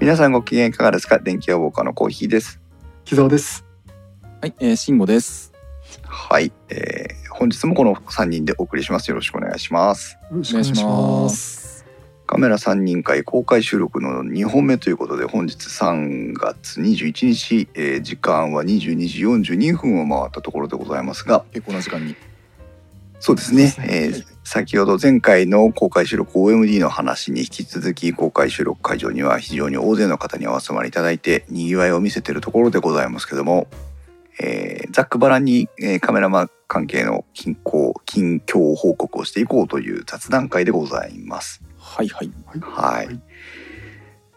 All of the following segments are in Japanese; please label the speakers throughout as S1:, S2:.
S1: 皆さんご機嫌いかがですか電気予防課のコーヒーです
S2: 木澤です。
S3: はい、えー、慎吾です。
S1: はい、えー、本日もこの三人でお送りしますよろしくお願いします
S2: よろし
S3: お
S2: くお
S3: 願
S2: 願
S3: い
S2: い
S3: し
S2: し
S3: ま
S2: ます。
S3: す。
S1: カメラ三人会公開収録の二本目ということで本日3月21日、えー時間は22時42分を回ったところでございますが
S3: 結構な時間に。
S1: そうですね。
S2: そう
S1: え
S2: で
S1: ー先ほど前回の公開収録 OMD の話に引き続き公開収録会場には非常に大勢の方にお集まりいただいてにぎわいを見せているところでございますけども、えーざっくばらんに、えーカメラマン関係の近況近況報告をしていこうという雑談会でございます。
S3: はいはい。
S1: はい。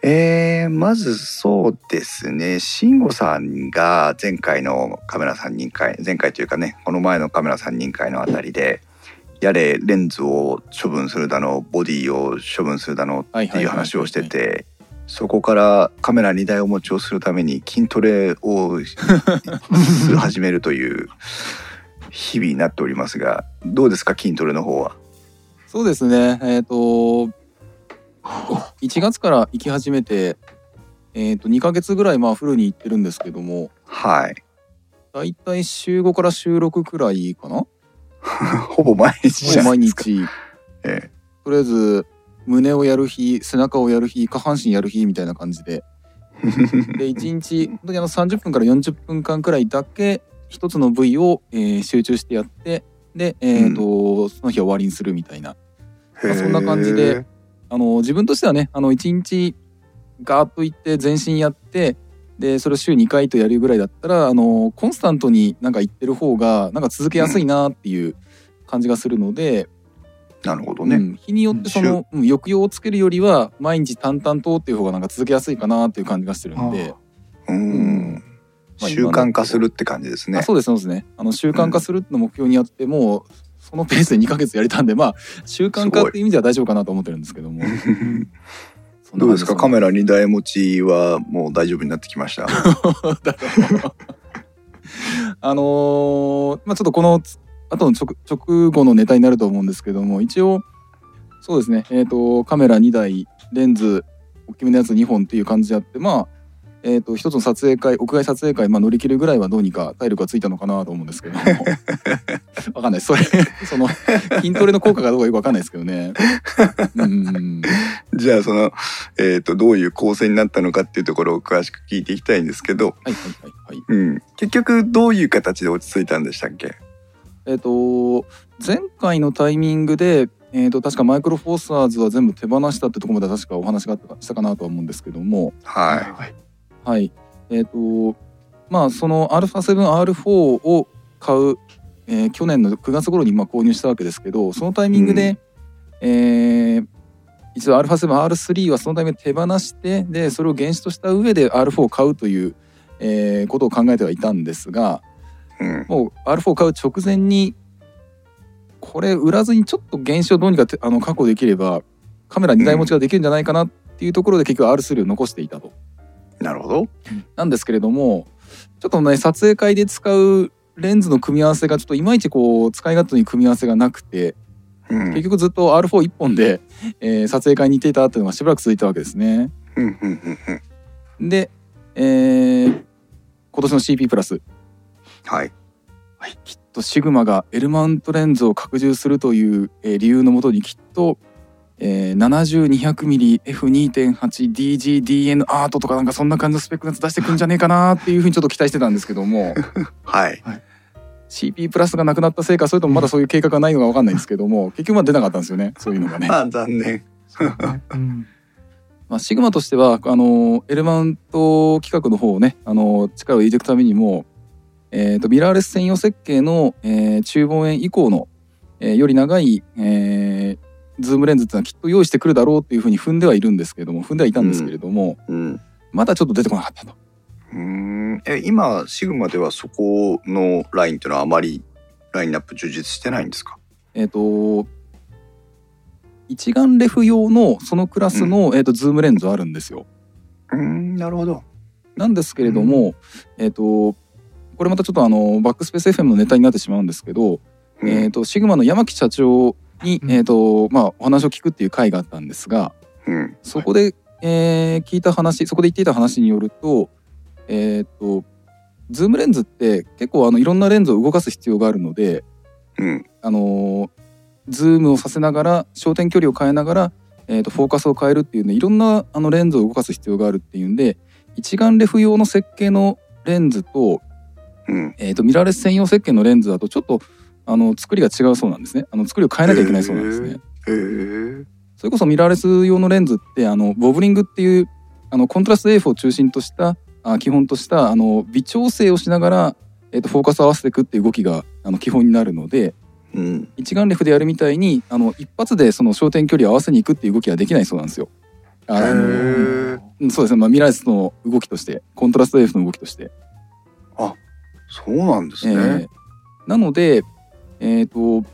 S1: えーまずそうですね慎吾さんが前回のカメラ3人会前回というかねこの前のカメラ3人会のあたりでやれレンズを処分するだのボディを処分するだの
S3: はい
S1: っていう話をして。てそこからカメラ2台を持ちをするために筋トレを始めると いう日々になっておりますがどうですか筋トレの方は。
S3: そうですね。えっ、と1月から行き始めて、えっ、と2ヶ月ぐらいまあフルに行ってるんですけども、
S1: はい。
S3: だいたい週5から週6くらいかな。
S1: ほぼ毎日じゃない
S3: 毎
S1: ですか。
S3: 日
S1: え
S3: とりあえず胸をやる日、背中をやる日、下半身やる日みたいな感じ で、
S1: え
S3: で1日本当にあの30分から40分間くらいだけ一つの部位を、えー集中してやって、でえっ、と、その日は終わりにするみたいな。まあそんな感じで
S1: へー。
S3: あの自分としてはねあの1日ガーッといって全身やってでそれを週2回とやるぐらいだったらあのコンスタントになんか行ってる方がなんか続けやすいなっていう感じがするので、
S1: なるほど
S3: う
S1: ね。
S3: ん日によってその、うん、抑揚をつけるよりは毎日淡々とっていう方がなんか続けやすいかなっていう感じがしてるんで
S1: うん。
S3: うんまあ
S1: 習慣化するって感じです
S3: あ、
S1: ね。
S3: そうですそうですねあの習慣化するってのを目標にやってもうそのペースで2ヶ月やれたんでまあ習慣化っていう意味では大丈夫かなと思ってるんですけども。 そん
S1: ど
S3: な
S1: う
S3: 感
S1: で
S3: じ
S1: すか、
S3: ね
S1: カメラ2台持ちはもう大丈夫になってきました。
S3: あのーまあちょっとこのつ後の直直後のネタになると思うんですけども一応そうですねえっ、とカメラ2台レンズ大きめのやつ2本っていう感じであってまあえー、と一つの撮影会屋外撮影会、まあ、乗り切るぐらいはどうにか体力がついたのかなと思うんですけどもわかんないそれその筋トレの効果がどうかよくわかんないですけどね。うん
S1: じゃあその、えー、とどういう構成になったのかっていうところを詳しく聞いていきたいんですけど、
S3: はいはいはいはい
S1: うん、結局どういう形で落ち着いたんでしたっけ
S3: えっ、と前回のタイミングで、えー、と確かマイクロフォーサーズは全部手放したってとこまでは確かお話があったしたかなとは思うんですけども
S1: はい。
S2: はい。
S3: はいえっ、とまあその α7R4 を買う、えー去年の9月頃にまあ購入したわけですけどそのタイミングで、えー一度 α7R3 はそのタイミングで手放してでそれを原資とした上で R4 を買うという、えーことを考えてはいたんですが、
S1: うん、
S3: もう R4 買う直前にこれ売らずにちょっと減少どうにかてあの確保できればカメラ2台持ちができるんじゃないかなっていうところで結局 R3 を残していたと。
S1: なるほど。
S3: なんですけれどもちょっとね撮影会で使うレンズの組み合わせがちょっといまいちこう使い勝手に組み合わせがなくて
S1: うん
S3: 結局ずっと R41 本で、えー撮影会に行っていたっていうのがしばらく続いたわけですね。
S1: うんうんうんうん
S3: で、えー今年の CP プラス
S1: はい。
S3: はい、きっとシグマが L マウントレンズを拡充するという、えー理由のもとにきっと、えー、70200mmF2.8DGDN アートとかなんかそんな感じのスペックのやつ出してくるんじゃねえかなっていうふうにちょっと期待してたんですけども
S1: はい。
S3: CP プラスがなくなったせいかそれともまだそういう計画がないのかわかんないんですけども結局まあ出なかったんですよねそういうのがね。
S1: あ残念。
S2: うん。
S3: まあ、シグマとしてはあのエルマウント企画の方をねあの力を入れていくためにも、えー、とミラーレス専用設計の、えー中望遠以降の、えーより長い、えーズームレンズっていうのはきっと用意してくるだろうっていうふうに踏んではいるんですけれども踏んではいたんですけれども、
S1: うん。う
S3: まだちょっと出てこなかったと。
S1: ーんえ今シグマではそこのラインっていうのはあまりラインナップ充実してないんですか
S3: えー、と一眼レフ用のそのクラスの、えー、とズームレンズはあるんですよ。
S1: うんなるほど。
S3: なんですけれども、えっ、とこれまたちょっとあのバックスペース FM のネタになってしまうんですけど、
S1: うん
S3: えー、とシグマの山木社長に、
S2: うん
S3: えーとまあ、お話を聞くっていう会があったんですが
S1: うん
S3: そこで、えー聞いた話そこで言っていた話によるとえーっとズームレンズって結構あのいろんなレンズを動かす必要があるので
S1: うん
S3: あのーズームをさせながら焦点距離を変えながら、えー、とフォーカスを変えるっていうねいろんなあのレンズを動かす必要があるっていうんで一眼レフ用の設計のレンズと,、
S1: うん
S3: えー、とミラーレス専用設計のレンズだとちょっとあの作りが違うそうなんですねあの作りを変えなきゃいけないそうなんですね。
S1: へえー、
S3: それこそミラーレス用のレンズってあのボブリングっていうあのコントラスト AF を中心としたあ基本としたあの微調整をしながら、えっとフォーカスを合わせていくっていう動きがあの基本になるので
S1: うん
S3: 一眼レフでやるみたいにあの一発でその焦点距離を合わせに行くっていう動きはできないそうなんですよ。あ
S1: へ
S3: の
S1: ー
S3: うんそうですね、まあ、ミラーレスの動きとしてコントラスト AF の動きとして。
S1: そうなんですね、
S3: えーなので、えー、と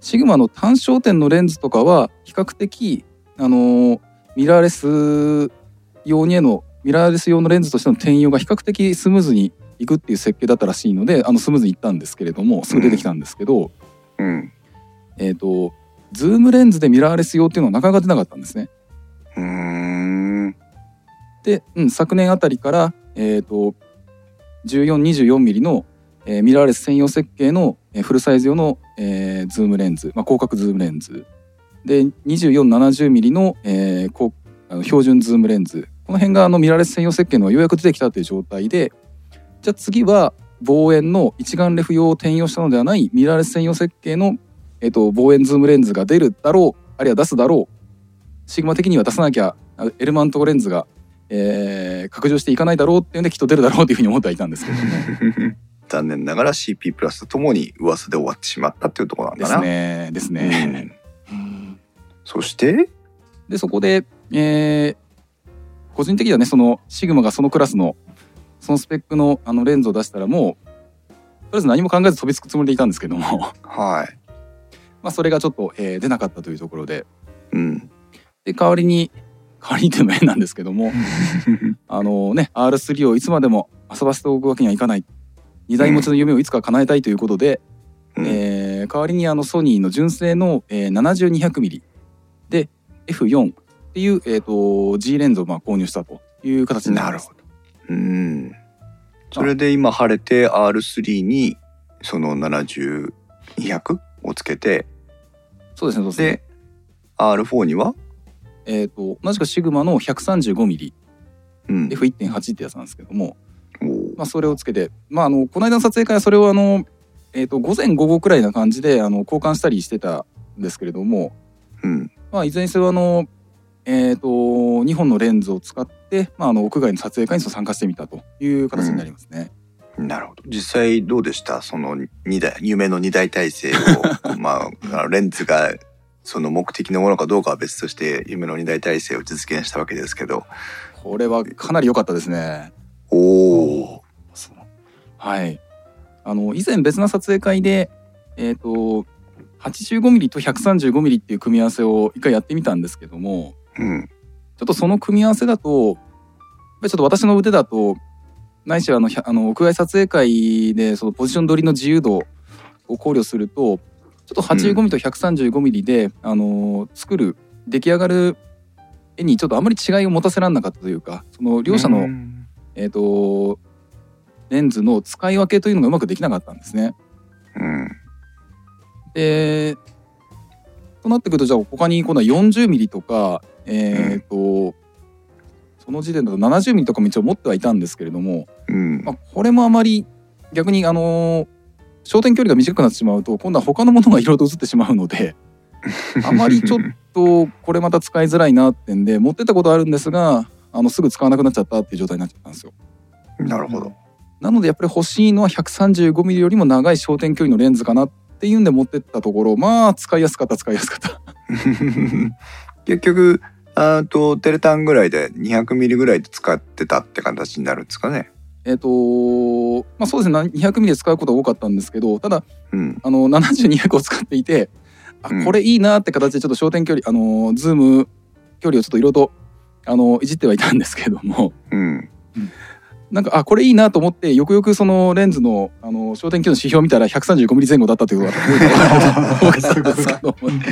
S3: シグマの単焦点のレンズとかは比較的、あのーミラーレス用にへのミラーレス用のレンズとしての転用が比較的スムーズにいくっていう設計だったらしいのであのスムーズにいったんですけれどもすぐ出てきたんですけど、
S1: うん
S3: えー、とズームレンズでミラーレス用っていうのはなかなか出なかったんですね。
S1: うーん
S3: で、うん、昨年あたりから、えー、と1424ミリの、えーミラーレス専用設計の、えーフルサイズ用の、えーズームレンズ、まあ、広角ズームレンズで2470ミリの、えーこうあの標準ズームレンズこの辺があのミラーレス専用設計のようやく出てきたという状態でじゃあ次は望遠の一眼レフ用を転用したのではないミラーレス専用設計の、えー、と望遠ズームレンズが出るだろうあるいは出すだろうシグマ的には出さなきゃあエルマントレンズがえー拡張していかないだろうっていうんできっと出るだろうっていうふうに思ってはいたんですけどね。
S1: 残念ながら CP プラスとともに噂で終わってしまったっていうところなん
S3: で
S1: だ
S3: す
S1: な。
S3: ね。ですね。
S2: うん
S1: そして、
S3: でそこで、えー個人的にはねそのシグマがそのクラスのそのスペックのあのレンズを出したらもうとりあえず何も考えず飛びつくつもりでいたんですけども ま
S1: はい。
S3: あそれがちょっと、えー出なかったというところで
S1: うん。
S3: で代わりに代わりにというのも変なんですけどもあのね R3 をいつまでも遊ばせておくわけにはいかない二台持ちの夢をいつか叶えたいということで、
S1: うん
S3: えー代わりにあのソニーの純正の、えー、7200ミリで F4 っていう、えー、と G レンズをまあ購入したという形になります。
S1: なうん。それで今晴れて R3 にその70、200をつけて、
S3: そうですね。そうですね
S1: で、R4 には、
S3: えー、と同じくシグマの135ミリ
S1: うん。
S3: F1.8 ってやつなんですけども、
S1: おー
S3: まあそれをつけて、まああのこの間の撮影会はそれをあのえー、と午前午後くらいな感じであの交換したりしてたんですけれども、
S1: うん。
S3: まあ、いずれにせよあの、えー、と2本のレンズを使って、まあ、あの屋外の撮影会に参加してみたという形になりますね。
S1: なるほど。実際どうでしたその二台、夢の二台体制を、 こうまあ、あのレンズが、その目的のものかどうかは別として、夢の二台体制を実現したわけですけど、
S3: これはかなり良かったですね。
S1: おお。
S2: そう
S3: はい、あの以前別な撮影会で、えー、と 85mm と 135mm っていう組み合わせを一回やってみたんですけども
S1: うん。
S3: ちょっとその組み合わせだとやっぱりちょっと私の腕だとないしはあのひゃあの屋外撮影会でそのポジション取りの自由度を考慮するとちょっと 85mm と 135mm で、あのー作る出来上がる絵にちょっとあまり違いを持たせられなかったというかその両者の、
S2: うん
S3: えー、とレンズの使い分けというのがうまくできなかったんですね。
S1: うん。
S3: でとなってくるとじゃあ他に今度は 40mm とかえっ、と、その時点だと 70mm とかも一応持ってはいたんですけれども、
S1: うん
S3: まあ、これもあまり逆にあのー焦点距離が短くなってしまうと今度は他のものがいろいろと映ってしまうのであまりちょっとこれまた使いづらいなってんで持ってったことあるんですがあのすぐ使わなくなっちゃったっていう状態になっちゃったんですよ。
S1: なるほど。
S3: なのでやっぱり欲しいのは 135mm よりも長い焦点距離のレンズかなっていうんで持ってったところまあ使いやすかった使いやすかった。
S1: 結局あーとテレタンぐらいで200ミリぐらいで使ってたって形になるんですかね。
S3: えっ、とまあそうですね 200mm で使うことが多かったんですけどただ
S1: うん。
S3: あの7200を使っていてあ
S1: うん
S3: これいいなって形でちょっと焦点距離あのズーム距離をちょっといろいろとあのいじってはいたんですけれども
S1: うん。
S3: なんかあこれいいなと思ってよくよくそのレンズのあの焦点距離の指標を見たら 135mm 前後 だったということが多かったんですけどもね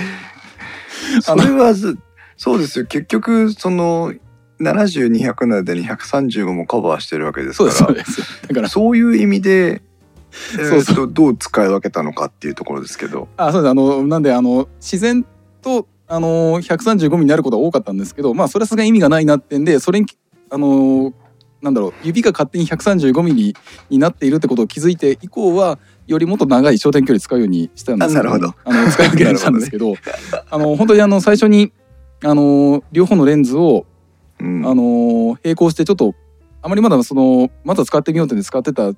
S1: それはずそうですよ結局その70200の間に135もカバーしてるわけです
S3: そ
S1: から
S3: うですそうですだから
S1: そういう意味で、えー
S3: そうそ
S1: とどう使い分けたのかっていうところですけど
S3: あそうですあのなんであの自然とあの135ミになることが多かったんですけどまあそれはさすがに意味がないなってんでそれにあのなんだろう指が勝手に135ミリになっているってことを気づいて以降はよりもっと長い焦点距離使うようにしたんですけ
S1: あなるほど
S3: あの使い分けられたんです けどあの本当にあの最初にあの両方のレンズを
S1: うん
S3: あの並行してちょっとあまりまだそのまずは使ってみようってんで使ってた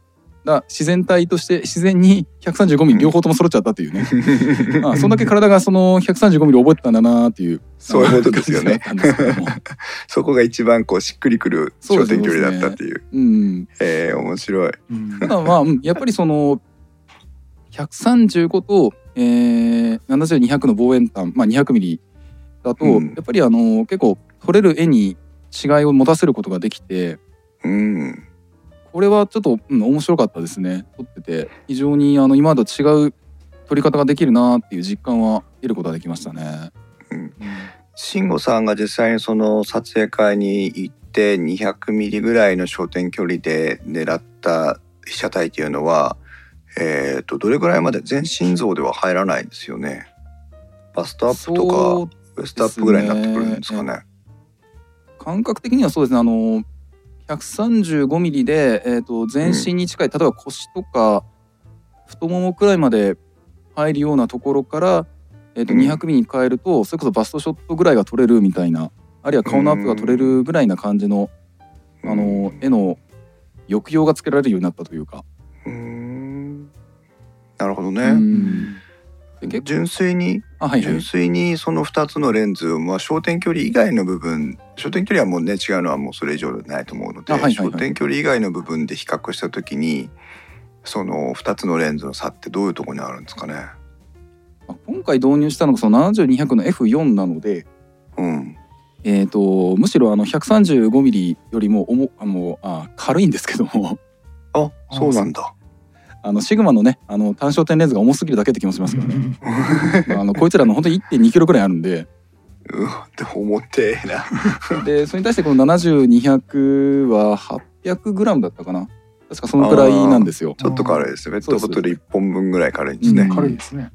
S3: ら自然体として自然に135ミリ両方とも揃っちゃったっていうね、 まあそんだけ体がその135ミリ覚えてたんだなっていう
S1: そういうことですよね。
S3: 感じだったんですけども
S1: そこが一番こうしっくりくる焦点距離だったっていう
S3: うん、
S1: えー面白い。
S2: うん
S3: ただまあうんやっぱりその135と、えー、70200の望遠端、まあ、200ミリだと、
S1: うん
S3: やっぱりあの結構撮れる絵に違いを持たせることができて、
S1: うん、
S3: これはちょっと、うん、面白かったですね撮ってて非常にあの今までと違う撮り方ができるなっていう実感は得ることができましたね。
S1: 慎吾さんが実際にその撮影会に行って200ミリぐらいの焦点距離で狙った被写体っていうのは、えー、とどれぐらいまで全身像では入らないんですよね。バストアップと
S3: そ
S1: か
S3: う
S1: ウエストアップぐらいになってくるんですかね。
S3: 感覚的にはそうですねあの135ミリで、えー、と全身に近い、例えば腰とか太ももくらいまで入るようなところから、えー、と
S1: うん
S3: 200ミリに変えると、それこそバストショットぐらいが撮れるみたいなあるいは顔のアップが撮れるぐらいな感じの、あの絵の抑揚がつけられるようになったというか。
S1: うんなるほどね。
S3: うんで結構
S1: 純粋に
S3: あはい はい
S1: 純粋にその2つのレンズ、まあ、焦点距離以外の部分焦点距離はもうね違うのはもうそれ以上ないと思うので、
S3: あはいはいはい
S1: 焦点距離以外の部分で比較した時にその2つのレンズの差ってどういうところにあるんですかね
S3: まあ今回導入したのがその7200の F4 なので、
S1: うん
S3: えー、とむしろあの 135mm よりも重あのあ軽いんですけども
S1: あそうなんだ
S3: あのシグマのねあの単焦点レンズが重すぎるだけって気もし ますけどねまああのこいつらの本当に1 2キロくらいあるんで
S1: うわって思ってえな
S3: でそれに対してこの70200は 800g だったかな確かそのくらいなんですよ
S1: ちょっと軽いですペッ
S3: そ
S1: ト
S3: うです
S1: ボトル1本分ぐらい軽いんです
S3: う
S1: ね
S3: ん、
S2: 軽いですね。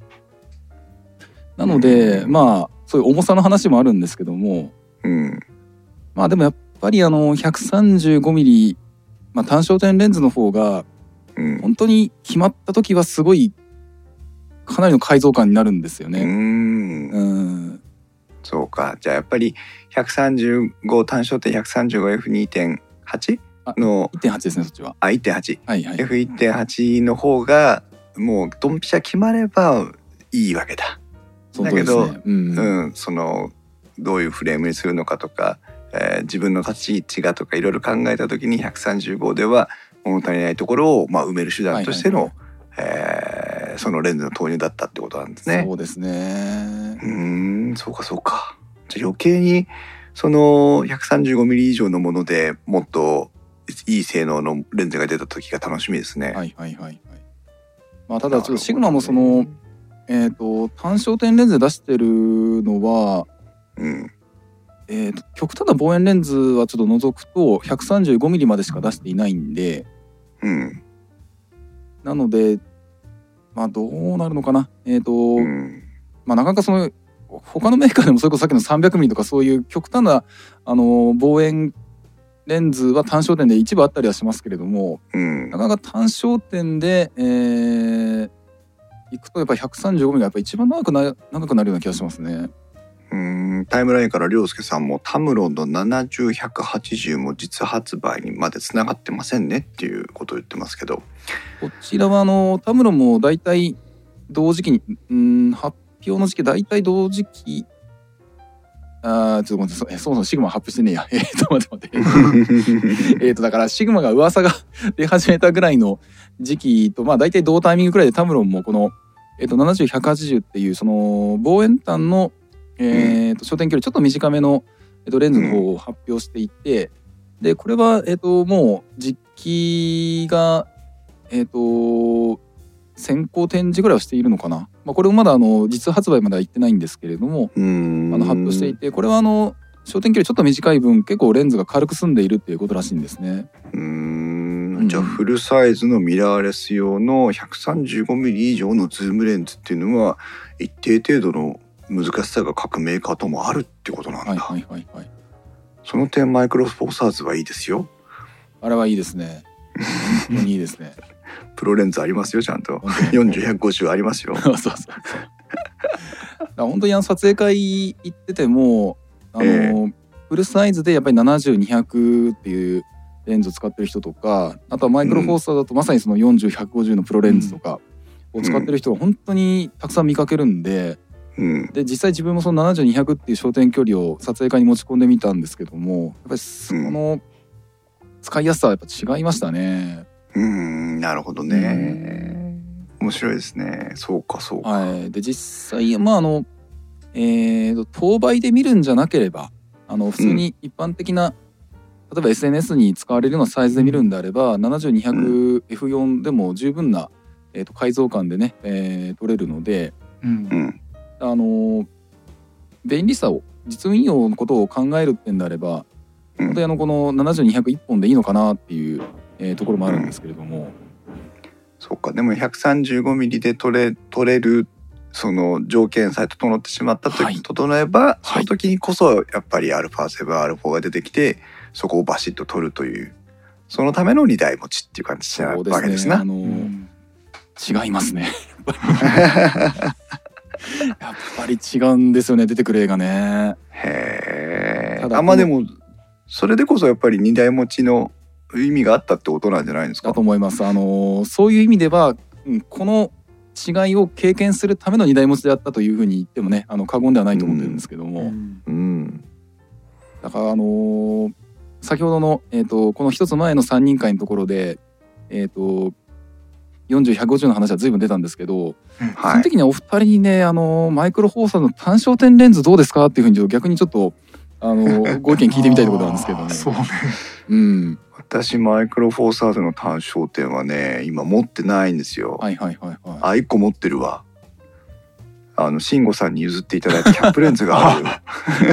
S3: なので
S1: うん
S3: まあそういう重さの話もあるんですけども
S1: うん
S3: まあでもやっぱりあの 135mm まあ単焦点レンズの方が
S1: うん
S3: 本当に決まった時はすごいかなりの改造感になるんですよ
S1: う
S3: ね。
S1: ん
S3: うん、
S1: そうかじゃあやっぱり135単焦点 135F2.8 の
S3: 1.8ですねそっちは。
S1: あ1.8
S3: はいはい。
S1: F1.8 の方がもうドンピシャ決まればいいわけだ、
S3: その通りです
S1: だ
S3: ね。うん
S1: う、んそのどういうフレームにするのかとか、えー自分の立ち位置がとかいろいろ考えた時に135では物足りないところを、まあ、埋める手段としての、
S3: はい
S1: えーそのレンズの投入だったってことなんですね。
S3: そうです
S1: う
S3: ね。
S1: ーんそうかそうか。じゃあ余計にその 135mm 以上のものでもっといい性能のレンズが出た時が楽しみですね。
S3: はいはいはいはい。まあただちょっとシグマもその、えっ、と単焦点レンズで出してるのは。
S1: うん、
S3: えー、と極端な望遠レンズはちょっと除くと 135mm までしか出していないんで
S1: うん
S3: なのでまあどうなるのかなえっ、と、
S1: うん
S3: まあ、なかなかその他のメーカーでもそれこそさっきの 300mm とかそういう極端なあの望遠レンズは単焦点で一部あったりはしますけれども
S1: うん
S3: なかなか単焦点で、えー、いくとやっぱ 135mm がやっぱ一番長くな長くなるような気がしますね。
S1: うんタイムラインから涼介さんもタムロンの70180も実発売にまでつながってませんねっていうことを言ってますけど
S3: こちらはあのタムロンも大体同時期にうん発表の時期大体同時期あーちょっとごめんなさいそそもそもシグマ発表してねえやえーっと待って待って。 えー、とだからシグマが噂が 出始めたぐらいの時期とまあ大体同タイミングくらいでタムロンもこの、えー、と70180っていうその望遠端の、えー、と焦点距離ちょっと短めの、えー、とレンズの方を発表していて、でこれは、えー、ともう実機がえっ、と先行展示ぐらいはしているのかな、まあ、これもまだあの実発売までは行ってないんですけれども
S1: うーん
S3: あの発表していてこれはあの焦点距離ちょっと短い分結構レンズが軽く済んでいるっていうことらしいんですね。
S1: うー
S3: うんん
S1: じゃあフルサイズのミラーレス用の 135mm 以上のズームレンズっていうのは一定程度の難しさが各メーカーともあるってことなんだ、
S3: はいはいはいはい。
S1: その点マイクロフォーサーズはいいですよ
S3: あれはいいですね。本当にいいですね。
S1: プロレンズありますよちゃんと
S3: 本当に
S1: 40150ありますよ
S3: そうそうそう。だから本当にあの撮影会行っててもあの、
S1: え
S3: フルサイズでやっぱり70200っていうレンズを使ってる人とかあとはマイクロフォーサーだとまさにその40150のプロレンズとかを使ってる人が本当にたくさん見かけるんで
S1: うん
S3: で実際自分もその70200っていう焦点距離を撮影会に持ち込んでみたんですけどもやっぱりその使いやすさはやっぱ違いましたね。
S1: うーんなるほどね面白いですねそうかそうか、
S3: はい、で実際まああのえーと当倍で見るんじゃなければあの普通に一般的な、例えば SNS に使われるようなサイズで見るんであれば 70200F4 でも十分な、えー、と解像感でね、えー撮れるので、
S2: うん
S1: うん
S3: あのー便利さを実運用のことを考えるってんであれば
S1: うん
S3: 本当にあのこの70200一本でいいのかなっていう、えーところもあるんですけれども、
S1: そうかでも 135mm で取れ取れるその条件さえ整ってしまった時、
S3: はい
S1: 整えばそ
S3: はい
S1: の時にこそやっぱり α7R4 が出てきてそこをバシッと取るというそのための2台持ちっていう感じな
S3: そう
S1: わけで
S3: ですすね、あ
S1: な。
S3: のー
S2: うん
S3: 違いますね。やっぱり違うんですよね出てくる映画ね。
S1: へ
S3: た
S1: え。
S3: だ
S1: あまあでもそれでこそやっぱり2台持ちの意味があったってことなんじゃないんですか
S3: だと。思います。あのーそういう意味では、うんこの違いを経験するための二台持ちであったというふうに言ってもねあの過言ではないと思ってるんですけども、
S2: うん
S1: うん。
S3: だからあのー先ほどの、えー、とこの一つ前の3人会のところで、えー、と40150の話は随分出たんですけど、そ
S1: は
S3: の
S1: い。
S3: 時にお二人にね、あのーマイクロ放射の単焦点レンズどうですかっていうふうにちょっと逆にちょっと、あの ーご意見聞いてみたいところなんですけど
S2: あ
S3: も
S2: ーそうね。
S3: うん、
S1: 私マイクロフォーサーズの単焦点はね今持ってないんですよ。
S3: はいはいはいはい。
S1: あ、一個持ってるわ。あの、慎吾さんに譲っていた だいたキャップレンズがあ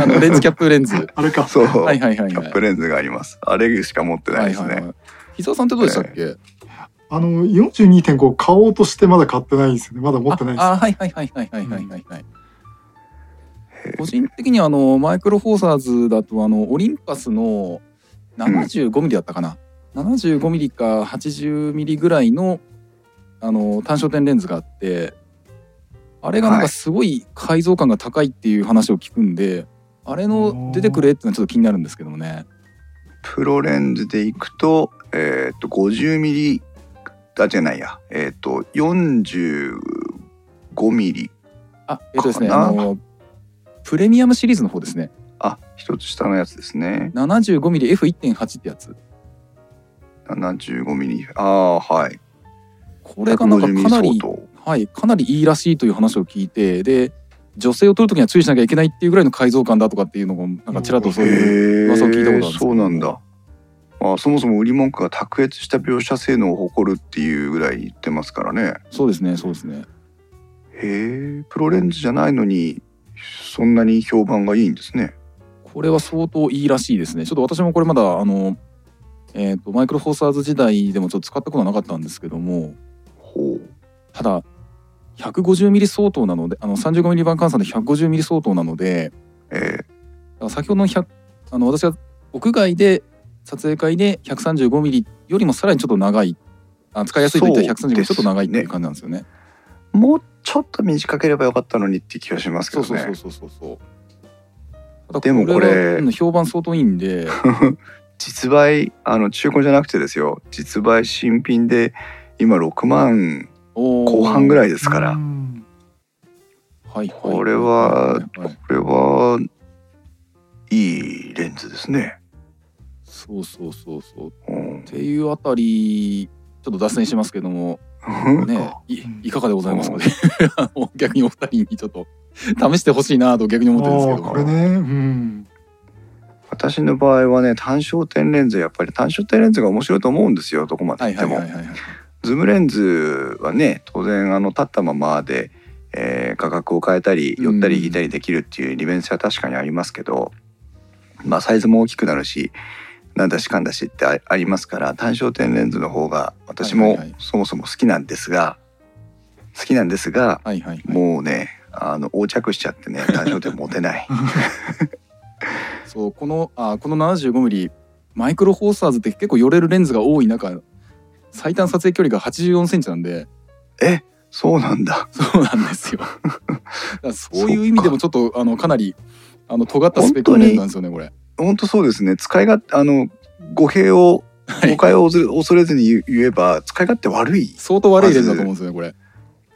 S3: あのレンズキャップレンズ。
S2: あれか
S1: る。。 そう、
S3: はいはいはい
S1: キャ
S3: はい
S1: ップ。レンズがあります。あれしか持ってない
S3: はい
S1: ですね。
S3: はいはい。伊沢さんってどうでしたっけ？
S2: あの42.5買おうとしてまだ買ってないんですよね。まだ持ってないで
S3: あ
S2: す。
S3: あはいはいはいはいはいはいはいはい。個人的にはあのマイクロフォーサーズだとあのオリンパスの75ミリだったかな、75ミリか80ミリぐらいのあの単焦点レンズがあってあれがなん
S1: はい
S3: かすごい解像感が高いっていう話を聞くんで、あれの出てくれっていうのはちょっと気になるんですけどもね。
S1: プロレンズでいくと、えーっと、50ミリ、あ、じゃないや、えーっと、45ミリ。
S3: あえっとですね
S1: かな
S3: あのプレミアムシリーズの方ですね
S1: あ、一つ下のやつですね。
S3: 75ミリ F1.8 ってやつ。
S1: 75ミリ。ああー、はい。
S3: これがなんか
S1: 150
S3: かなり
S1: 相、当
S3: はい、かなりいいらしいという話を聞いてで女性を撮るときには注意しなきゃいけないっていうぐらいの改造感だとかっていうのもなんかちらっとそういう
S1: へ
S3: 噂を聞いたことあるんです
S1: え
S3: けど
S1: そうなんだ。まあ、そもそも売り文句が卓越した描写性能を誇るっていうぐらい言ってますからね。
S3: そうですねそうですね
S1: へえプロレンズじゃないのにそんなに評判がいいんですね。
S3: これは相当いいらしいですねちょっと私もこれまだあの、えー、とマイクロフォーサーズ時代でもちょっと使ったことはなかったんですけども
S1: ほう。
S3: ただ 150mm 相当なのであの 35mm 版換算で 150mm 相当なので
S1: え
S3: だから先ほどの100あの私が屋外で撮影会で 135mm よりもさらにちょっと長いあ使いやすいといったら
S1: そうですね
S3: 135mm ちょっと長いっていう感じなんですよね。
S1: ーもうちょっと短ければよかったのにって気がしますけ
S3: そ
S1: ど
S3: う
S1: ね。
S3: そうそうそうそうそう。ただ
S1: でもこれ
S3: はうん評判相当いいんで
S1: 実売あの中古じゃなくてですよ実売新品で今6万後
S3: 後
S1: 半ぐら
S3: い、
S1: いですから、
S2: うん
S3: はいい
S1: これはい
S3: はい
S1: これはいいレンズですね。
S3: そうそうそうそう。っ
S1: うん、
S3: ていうあたりちょっと脱線しますけどもねい
S2: うん
S3: いかがでございますかねあの逆にお二人にちょっと試してほしいなと逆に
S2: あ
S3: 思ってるんですけ
S2: ー
S3: ども
S2: これね。うん。
S1: 私の場合はね単焦点レンズやっぱり単焦点レンズが面白いと思ううんですよどこまで
S3: は
S1: 行
S3: い
S1: って
S3: はい
S1: も。
S3: はいはいはい。
S1: ズームレンズはね当然あの立ったままで、えー価格を変えたり寄ったり引いたりできるっていう利便性は確かにありますけど、まあ、サイズも大きくなるしなんだしかんだしってあありますから単焦点レンズの方が私
S3: はい
S1: も
S3: はいはい
S1: そもそも好きなんですが、好きなんですが
S3: はいはいはい
S1: もうねあの横着しちゃってね単焦点持て ない。
S3: そうこのあこの 75mm マイクロフォーサーズって結構寄れるレンズが多い中最短撮影距離が84センチなんで
S1: えそうなんだ
S3: そうなんですよだからそういう意味でもちょっとあのかなりあの尖ったスペックの
S1: 本当に
S3: レンズなんですよねこれ
S1: 本当そうですね使いがあの語弊を
S3: い
S1: 誤解を恐れ恐れずに言う言えば使い勝手悪い
S3: 相当悪いレンズだと思うんですよねこれ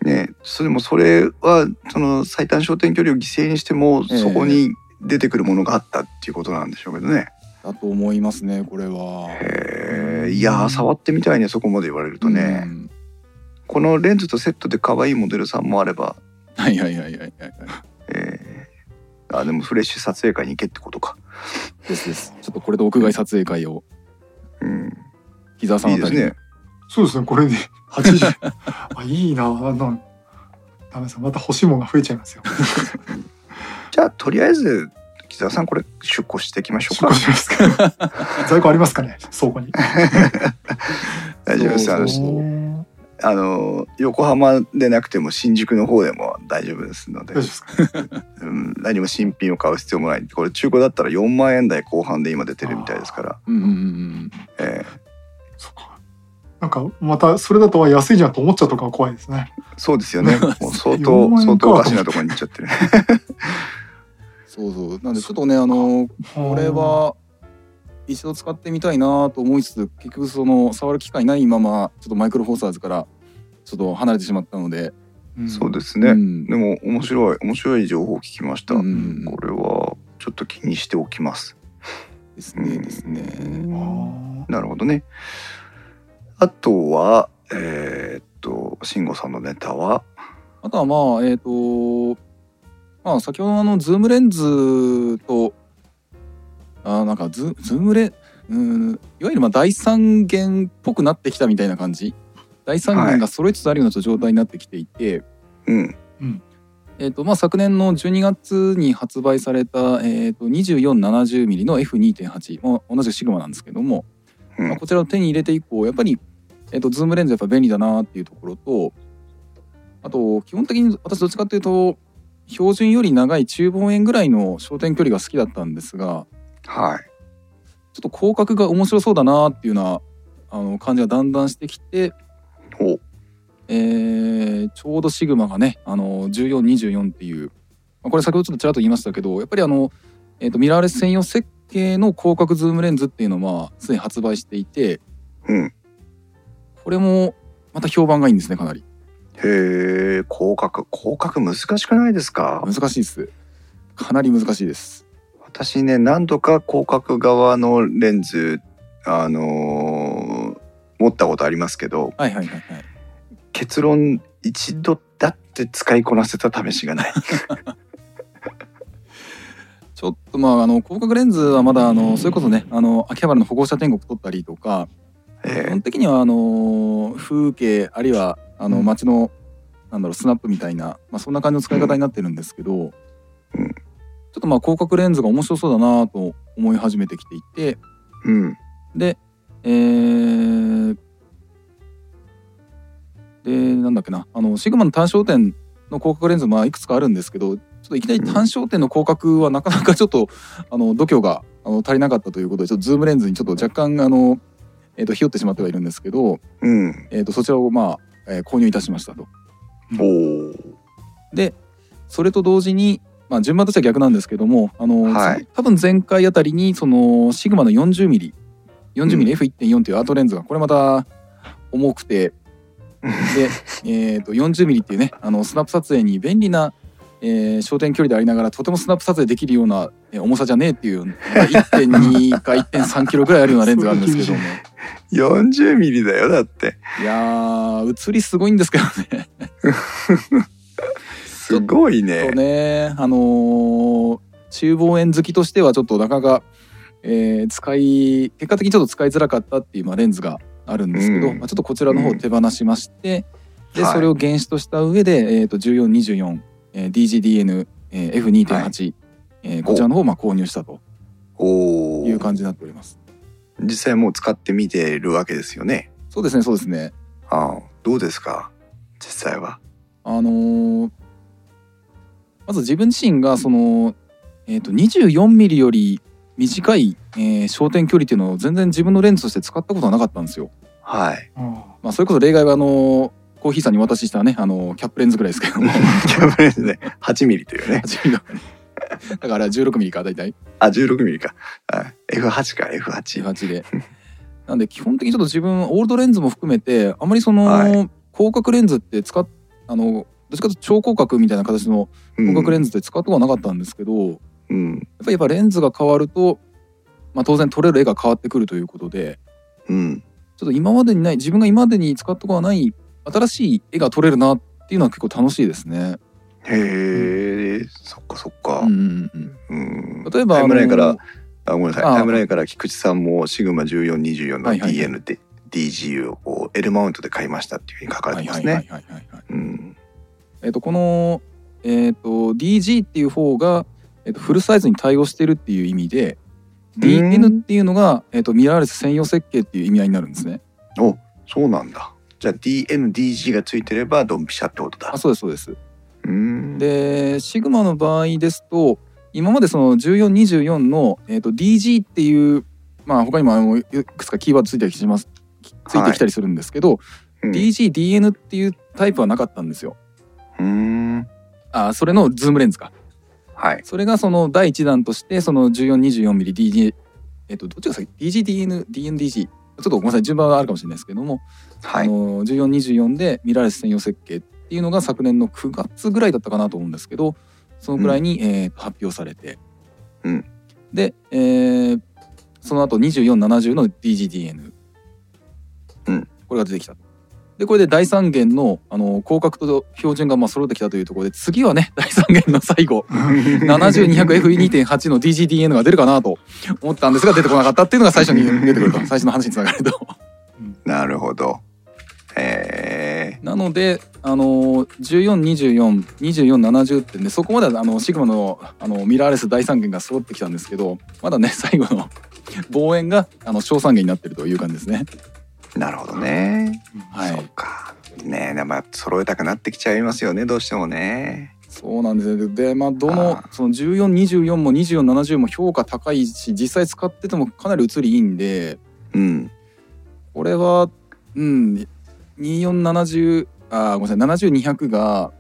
S1: ねそれもそれはその最短焦点距離を犠牲にしても
S3: ええ
S1: そこに出てくるものがあったっていうことなんでしょうけどね、
S3: だと思いますねこれは
S1: へえいやー触ってみたいねそこまで言われるとね、
S3: うん
S1: このレンズとセットで可愛いモデルさんもあれば、
S3: はいはいはいはいはいはい
S1: えーあでもフレッシュ撮影会に行けってことか
S3: ですですちょっとこれで屋外撮影会を
S1: うん
S3: 膝さん
S1: い
S3: あ
S1: いで
S3: た
S1: す
S3: りに
S1: ね
S2: そうですね、これで80。あ、いいな、なん。ダメですまた欲しいものが増えちゃいますよ。
S1: じゃあとりあえず木澤さんこれ出庫していきましょう
S2: 出
S1: か
S2: 荷しますか。 在庫ありますかね、倉庫に。
S1: 大丈夫ですあ
S3: そう
S1: の
S3: そう
S2: おー
S1: あの横浜でなくても新宿の方でも大丈夫ですので
S2: 大丈夫、ですか。
S1: うん、何も新品を買う必要もないこれ中古だったら4万円台後半で今出てるみたいですから、
S3: うんうんうん
S1: ええ
S2: そうか。なんか、また、それだとは安いじゃんと思っちゃうとか怖いですね。
S1: そうです よねもう相
S2: 4
S1: 当
S2: 万円か
S1: 相当おかしなところに行っちゃってる
S3: そうそうなんでちょっとねあのこ
S2: こ
S3: れ。は一度使ってみたいなと思いつつ結局その触る機会ないままちょっとマイクロフォーサーズからちょっと離れてしまったので、
S1: そうです
S3: う
S1: ね、
S3: ん
S1: でも面白い面白い情報を聞きました、
S3: うんうんうん
S1: これはちょっと気にしておきます
S3: です
S1: う
S3: ね
S1: ん
S3: ですね、
S2: あー
S1: なるほどねあとはえーっと慎吾さんのネタは
S3: あとはまあえっ、とまあ先ほどのあのズームレンズとあーなんかズズームレンうんいわゆるまあ第三元っぽくなってきたみたいな感じ第三元が揃いつつあるような状態になってきていて、
S1: うん
S3: えーとまあ、昨年の12月に発売された、えー、と 2470mm の F2.8 もう同じくシグマなんですけども、
S1: うん
S3: まあ、こちらを手に入れて以降やっぱり、えー、とズームレンズやっぱ便利だなっていうところとあと基本的に私どっちかっていうと標準より長い中望遠ぐらいの焦点距離が好きだったんですが
S1: はい
S3: ちょっと広角が面白そうだなっていうようなあの感じがだんだんしてきて、
S1: お
S3: えーちょうどシグマがねあの1424っていう、まあ、これ先ほどちょっとちらっと言いましたけどやっぱりあの、えー、とミラーレス専用設計の広角ズームレンズっていうのはすでに発売していて
S1: うん
S3: これもまた評判がいいんですねかなり
S1: へえ広角広角難しくないですか
S3: 難しいですかなり難しいです
S1: 私ね何度か広角側のレンズあのー持ったことありますけど
S3: はいはいはいはい
S1: 結論一度だって使いこなせた試しが ない
S3: ちょっとまああの広角レンズはまだあのそれこそねあの秋葉原の歩行者天国撮ったりとか基
S1: え
S3: 本的にはあのー風景あるいはあ
S2: う
S3: の
S2: ん
S3: 街の、なんだろうスナップみたいな、まあ、そんな感じの使い方になってるんですけど、ちょっとまあ広角レンズが面白そうだなと思い始めてきていて
S1: えうん
S3: でえーでなんだっけなあのシグマの単焦点の広角レンズまあいくつかあるんですけどちょっといきなり単焦点の広角はなかなかちょっと あの度胸があの足りなかったということでちょっとズームレンズにちょっと若干あの、えー、とひよってしまってはいるんですけど、
S1: うん
S3: えー、とそちらを、まあえー購入いたしましたと。
S1: おお
S3: それと同時に、まあ、順番としては逆なんですけども、あの
S1: はい
S3: 多分前回あたりにそのシグマの 40mm40mmF1.4 というアートレンズがこれまた重く てで、えー、と 40mm っていうねあのスナップ撮影に便利な、えー焦点距離でありながらとてもスナップ撮影できるような、えー重さじゃねえっていう、まあ、1.2か1.3キロぐらいあるようなレンズがあるんですけ ども
S1: 40ミリだよだって
S3: いやー映りすごいんですけどね。
S1: すごい
S3: そう
S1: ね
S3: ね、あのー中望遠好きとしてはちょっとなかなか、えー使い結果的にちょっと使いづらかったっていう、まあ、レンズがあるんですけど、
S1: うん
S3: まあ、ちょっとこちらの方を手放しまして、で
S1: はい
S3: それを原子とした上で、えー、と1424、えー、DGDN、えー、F2.8、えーこちらの方をまあ購入したと
S1: お
S3: いう
S1: お
S3: 感じになっております。
S1: 実際もう使ってみてるわけですよね
S3: そうですねそうですね。
S1: ああどうですか実際は
S3: あのーまず自分自身がその、えー、と24ミリより短い、えー焦点距離っていうのを全然自分のレンズとして使ったことはなかったんですよ。
S1: はい
S2: あ
S3: まあ、それこそ例外はあのコーヒーさんにお渡ししたねあのキャップレンズぐらいですけども
S1: キャブレンズね8ミリというね
S3: 8mm だからあれは16ミリか大体
S1: あ16ミリかはい F8 か F8
S3: 18でなんで基本的にちょっと自分オールドレンズも含めてあまりその、
S1: はい
S3: 広角レンズって使っあのどっちかというと超広角みたいな形の
S1: うん
S3: 広角レンズって使ったことはなかったんですけど、やっ
S1: うん
S3: ぱりやっぱレンズが変わると、まあ、当然撮れる絵が変わってくるということで
S1: うん
S3: ちょっと今までにない自分が今までに使ったことがない新しい絵が撮れるなっていうのは結構楽しいですね。
S1: へえそっかそっか
S3: うんうんうん
S1: うん
S3: 例えば
S1: タイムラインか
S3: あ
S1: ら
S3: の
S1: あごめんなさい
S3: あ
S1: タイムラインから菊池さんもシグマ1424の
S3: はいはい
S1: DN で DGU をこう L マウントで買いましたっていうふうに書かれてます
S3: は
S1: ね
S3: いはいはいはいはい
S1: うん
S3: えっとこの、えっと DG っていう方が、えっとフルサイズに対応してるっていう意味で
S1: ん
S3: DN っていうのが、えっとミラーレス専用設計っていう意味合いになるんですね。
S1: そうなんだじゃあ DNDG がついてればドンピシャってことだ
S3: あそうですそうです。
S1: うん
S3: でシグマの場合ですと今までその1424の、えっと DG っていうまあ他にもあのいくつかキーワードついてきますきついてきたりするんですけど、
S1: うん
S3: DGDN っていうタイプはなかったんですよ。
S1: うん
S3: あそれのズームレンズか。
S1: はい
S3: それがその第一弾としてその 1424mmDG えっとどっちが先 DGDNDNDG ちょっとごめんなさい順番があるかもしれないですけども、
S1: は
S3: あ
S1: い
S3: の1424でミラーレス専用設計っていうのが昨年の9月ぐらいだったかなと思うんですけどそのぐらいに、えー発表されて、
S1: うん
S3: で、えーその後2470の DGDN、
S1: うん
S3: これが出てきたでこれで第三元のあの広角と標準がまあ揃ってきたというところで次はね 第三元の最後 70200F2.8 の DGDN が出るかなと思ったんですが出てこなかったっていうのが最初に出 てくると最初の話につながると。
S1: なるほどえ
S3: なので、あのー、14242470ってねそこまではあのシグマのあのミラーレス第三元が揃ってきたんですけどまだね 最後の望遠があの小三元になってるという感じですね。
S1: ーなるほどね
S3: は
S1: そっ
S3: い、
S1: かねえでもやっぱ揃えたくなってきちゃいますよねどうしてもね
S3: そうなんですよでまあど
S1: あ
S3: の
S1: ー
S3: その1424も2470も評価高いし実際使っててもかなり写りいいんで
S1: うん
S3: これはうん2470あーごめんなさい70200が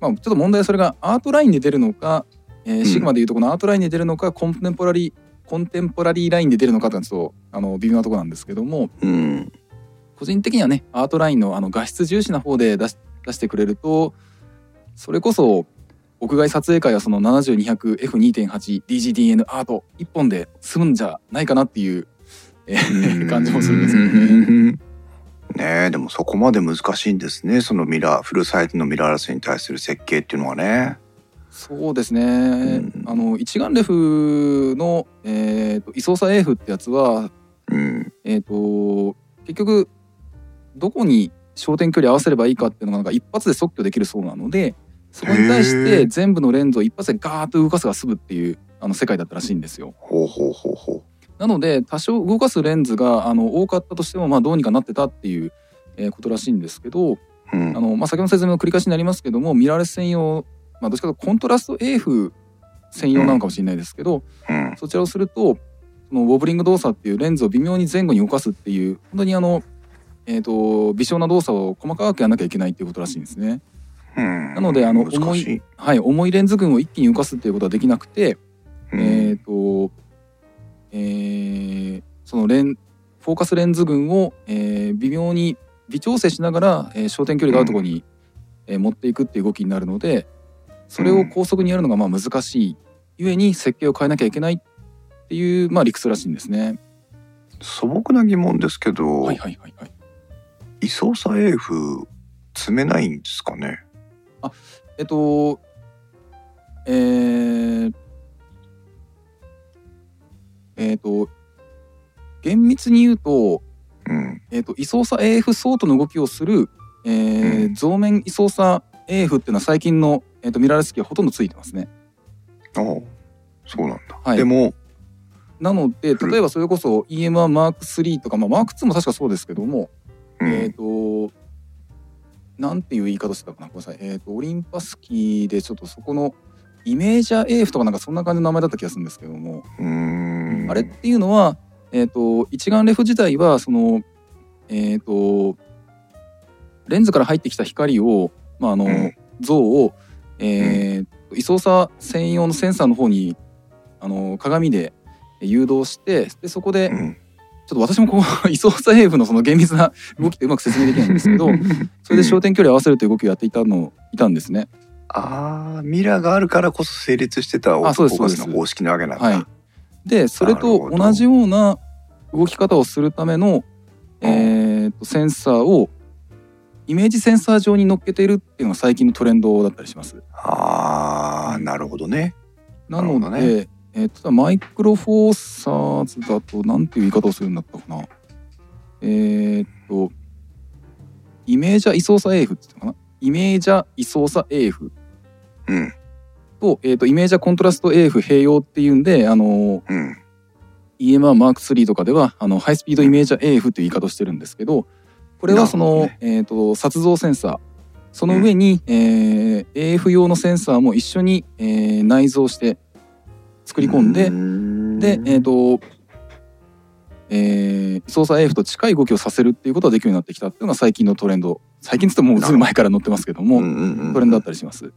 S3: まあちょっと問題はそれがアートラインで出るのか、えー
S1: うん
S3: シグマでいうとこのアートラインで出るのかコンテンポラリーコンテンポラリーラインで出るのかってのはちょっとあの微妙なところなんですけども
S1: うん
S3: 個人的にはねアートラインのあの画質重視な方で出し出してくれるとそれこそ屋外撮影会はその 70200F2.8DGDN アート一本で済むんじゃないかなっていう、えー感じもするんですけどね。
S1: ね。ねえでもそこまで難しいんですねそのミラーフルサイズのミラーレスに対する設計っていうのはね。
S3: そうですね、
S1: ん
S3: あの一眼レフの、えー、と位相差 AF ってやつは、
S1: うん、
S3: えー、と結局どこに焦点距離合わせればいいかっていうのがなんか一発で即興できるそうなのでそこに対し
S1: へ
S3: て
S1: ー
S3: 全部のレンズを一発でガーッと動かすが済むっていうあの世界だったらしいんですよ。
S1: ほうほうほうほ
S3: なので多少動かすレンズがあの多かったとしても、まあ、どうにかなってたっていう、えーことらしいんですけど、
S1: う。うん
S3: あ、のまあ、先ほどの説明の繰り返しになりますけどもミラーレス専用、まあ、どっちかというとコントラスト AF 専用なのかもしれないですけど、
S1: うん、
S3: そちらをするとそのウォブリング動作っていうレンズを微妙に前後に動かすっていう本当にあの、えー、と微小な動作を細かくやらなきゃいけないっていうことらしいんですね。
S1: うん、
S3: なのであの
S1: 難しい。
S3: はい、重いレンズ群を一気に動かすっていうことはできなくて、
S1: うん
S3: えっ、と、えーそのレンフォーカスレンズ群を、えー微妙に微調整しながら、えー焦点距離が合うところに、えー持っていくっていう動きになるのでそれを高速にやるのがまあ難しいゆえに設計を変えなきゃいけないっていう、まあ、理屈らしいんですね。
S1: 素朴な疑問ですけど、
S3: はいはいはいはい。
S1: 位相差 AF 詰めないんですかね。
S3: えっと、えー、えっと、厳密に言うと、
S1: うん
S3: えー、と位相差 AF 相当の動きをする、えー
S1: うん
S3: 増面位相差 AF っていうのは最近の、えー、とミラーレス機はほとんどついてますね。
S1: ああそうなんだ、
S3: はい
S1: でも
S3: なので例えばそれこそ EM1M3 とか、まあ、M2 も確かそうですけども、
S1: うん、
S3: えっ、となんていう言い方してたかなごめんなさい、えー、とオリンパスキーでちょっとそこのイメージャー AF とかなんかそんな感じの名前だった気がするんですけども、
S1: うーん
S3: あれっていうのは、えー、と一眼レフ自体はそのえっ、とレンズから入ってきた光を、まああの
S1: うん
S3: 像を、えー位相差専用のセンサーの方にあの鏡で誘導してでそこで、
S1: うん
S3: ちょっと私もこ う位相差 AF のその厳密な動きってうまく説明できないんです けどそれで焦点距離を合わせるという動きをやっていたのいたんですね。
S1: ああミラーがあるからこそ成立してたオ
S3: あそうです
S1: ーカス
S3: そ
S1: の
S3: うです
S1: 方式なわけなんだ、
S3: はい、でそれと同じような動き方をするための、
S1: うん
S3: えーとセンサーをイメージセンサー上に乗っけているっていうのが最近のトレンドだったりします。
S1: ああなるほどね
S3: なの
S1: なるほ
S3: で、えーとただマイクロフォーサーズだとなんていう言い方をするんだったかな。えーっとイメージャー位相差 AF って言ったかな。イメージャー位相差 AF
S1: うん
S3: と,、えー、とイメージャーコントラスト AF 併用っていうんで、あの
S1: うん
S3: EMR Mark III とかではあのハイスピードイメージャー AF という言い方をしてるんですけどこれはその、
S1: なるほ
S3: えー、と撮像センサーその上に、えー AF 用のセンサーも一緒に、えー内蔵して作り込んで、で、えっ、と、えー、操作 AF と近い動きをさせるっていうことができるようになってきたっていうのが最近のトレンド。最近っつってももうずいぶん前から載ってますけども、トレンドだったりします。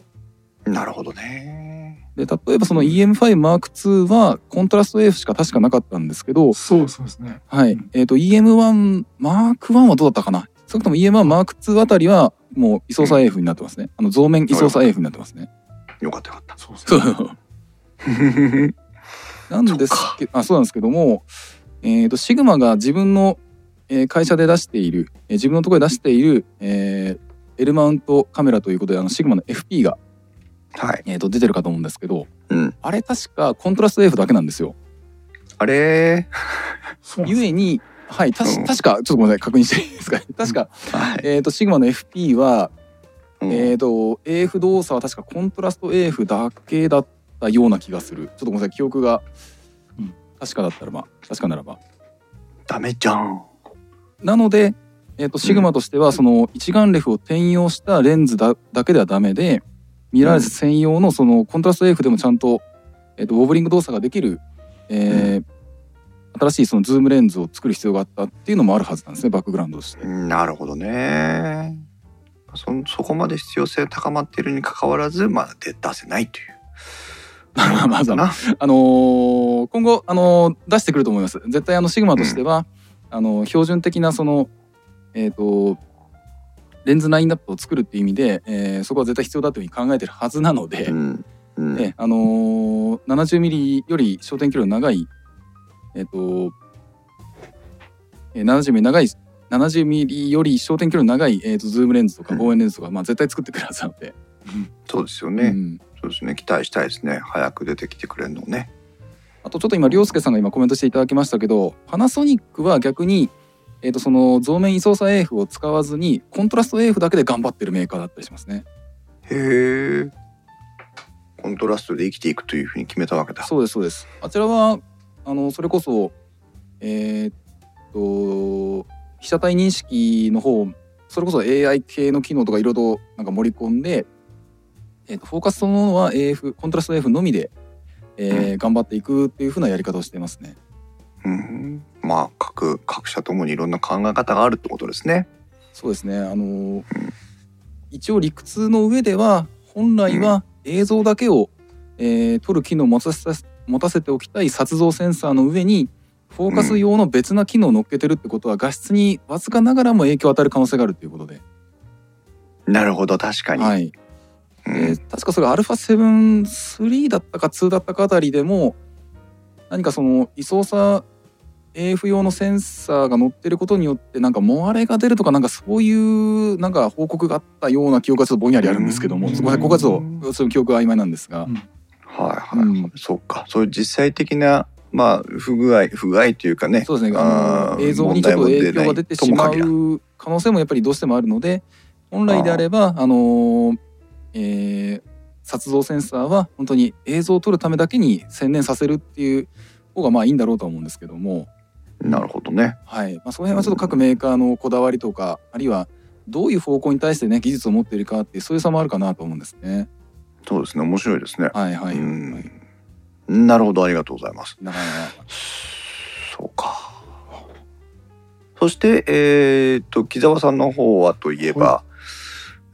S1: たなるほどね
S3: で、例えばその EM5M2 はコントラスト AF しか確かなかったんですけど、
S2: そうそうですね。
S3: はい。えっ、と、EM1M1 はどうだったかなそれとも EM1M2 あたりはもう位相差 AF になってますね。あの、増面位相差 AF になってますね。
S1: よかったよかった
S2: そうそ。
S3: そうう。なんですけあそうなんですけども、えー、とシグマが自分の、えー会社で出している、えー自分のところで出している、えー L マウントカメラということであのシグマの FP が、
S1: はい
S3: えー、と出てるかと思うんですけど
S1: うん
S3: あれ確かコントラスト F だけなんですよ。
S1: あれ
S2: そうなん
S3: ゆ
S2: です
S3: えにはいたし
S1: うん
S3: 確かちょっとごめんなさい確認していいですか確か、
S1: はい
S3: えー、とシグマの FP は、
S1: うん
S3: えー、と AF 動作は確かコントラスト AF だけだったような気がするちょっとごめんなさい記憶が、うん確かだったらまあ確かならば。
S1: ダメじゃん
S3: なので、えっとシグマとしてはその一眼レフを転用したレンズだだけではダメでミラーレス専用のそのコントラスト AF でもちゃんと,、えっとウォーブリング動作ができる、えー新しいそのズームレンズを作る必要があったっていうのもあるはずなんですねバックグラウンドとして。
S1: なるほどねそそこまで必要性が高まっているにかかわらずまだ出出せないという
S3: まあまあまあ
S1: な
S3: あのー今後、あのー出してくると思います絶対あのシグマとしては、あのー標準的なそのえっ、とレンズラインナップを作るっていう意味で、えーそこは絶対必要だというふうに考えてるはずなので、
S1: うんうん
S3: ええあのー、70ミリより焦点距離の長い、えっ、と、えー、70ミリ長い、70ミリより焦点距離の長い、えー、とズームレンズとか
S1: うん
S3: 望遠レンズとか、まあ絶対作ってくるはずなので、
S1: そうですよ
S3: う
S1: ね
S3: ん
S1: そうですね期待したいですね早く出てきてくれるのをね
S3: あとちょっと今涼介さんが今コメントしていただきましたけど、パナソニックは逆にえっ、とその増面位相差 AF を使わずにコントラスト AF だけで頑張ってるメーカーだったりしますね。
S1: へえコントラストで生きていくというふうに決めたわけだ
S3: そうですそうです。あちらはあのそれこそえーっと被写体認識の方それこそ AI 系の機能とかいろいろとなんか盛り込んで、えーっとフォーカスそのものは AF コントラスト AF のみで、えー頑張っていくっていうふうなやり方をしてますね。
S1: うんまあ各各社ともにいろんな考え方があるってことですね
S3: そうですね。あの一応理屈の上では本来は映像だけを、えー撮る機能を持たせた持たせておきたい撮像センサーの上にフォーカス用の別な機能を乗っけてるってことは画質にわずかながらも影響を与える可能性があるということで、
S1: なるほど確かに、
S3: はい、
S1: うん
S3: で確かそれ α7-3 だったか2だったかあたりでも何かその位相差 AF 用のセンサーが乗ってることによってなんかモアレが出るとかなんかそういうなんか報告があったような記憶がちょっとぼんやりあるんですけども
S1: うん
S3: そこはここはちょっとその記憶は曖昧なんですが
S2: うん
S1: はいはい、
S3: うん
S1: そうかそういう実際的なまあ不具合不具合というかね
S3: そうですね
S1: あ
S3: あ
S1: ー
S3: の映像にちょっと
S1: 問題も出
S3: 影
S1: ない
S3: 響が出てしま
S1: とも限ら
S3: う可能性もやっぱりどうしてもあるので本来であればあのーえー撮像センサーは本当に映像を撮るためだけに専念させるっていう方がまあいいんだろうとは思うんですけども、
S1: なるほどね
S3: はいまあ、その辺はちょっと各メーカーのこだわりとかあるいはどういう方向に対してね技術を持っているかっていうそういう差もあるかなと思うんですね。
S1: そうですね面白いですね、
S3: はいはい、
S1: う
S3: はい
S1: んなるほどありがとうございます
S3: だから
S1: そうかそしてえーっと木澤さんの方はといえば、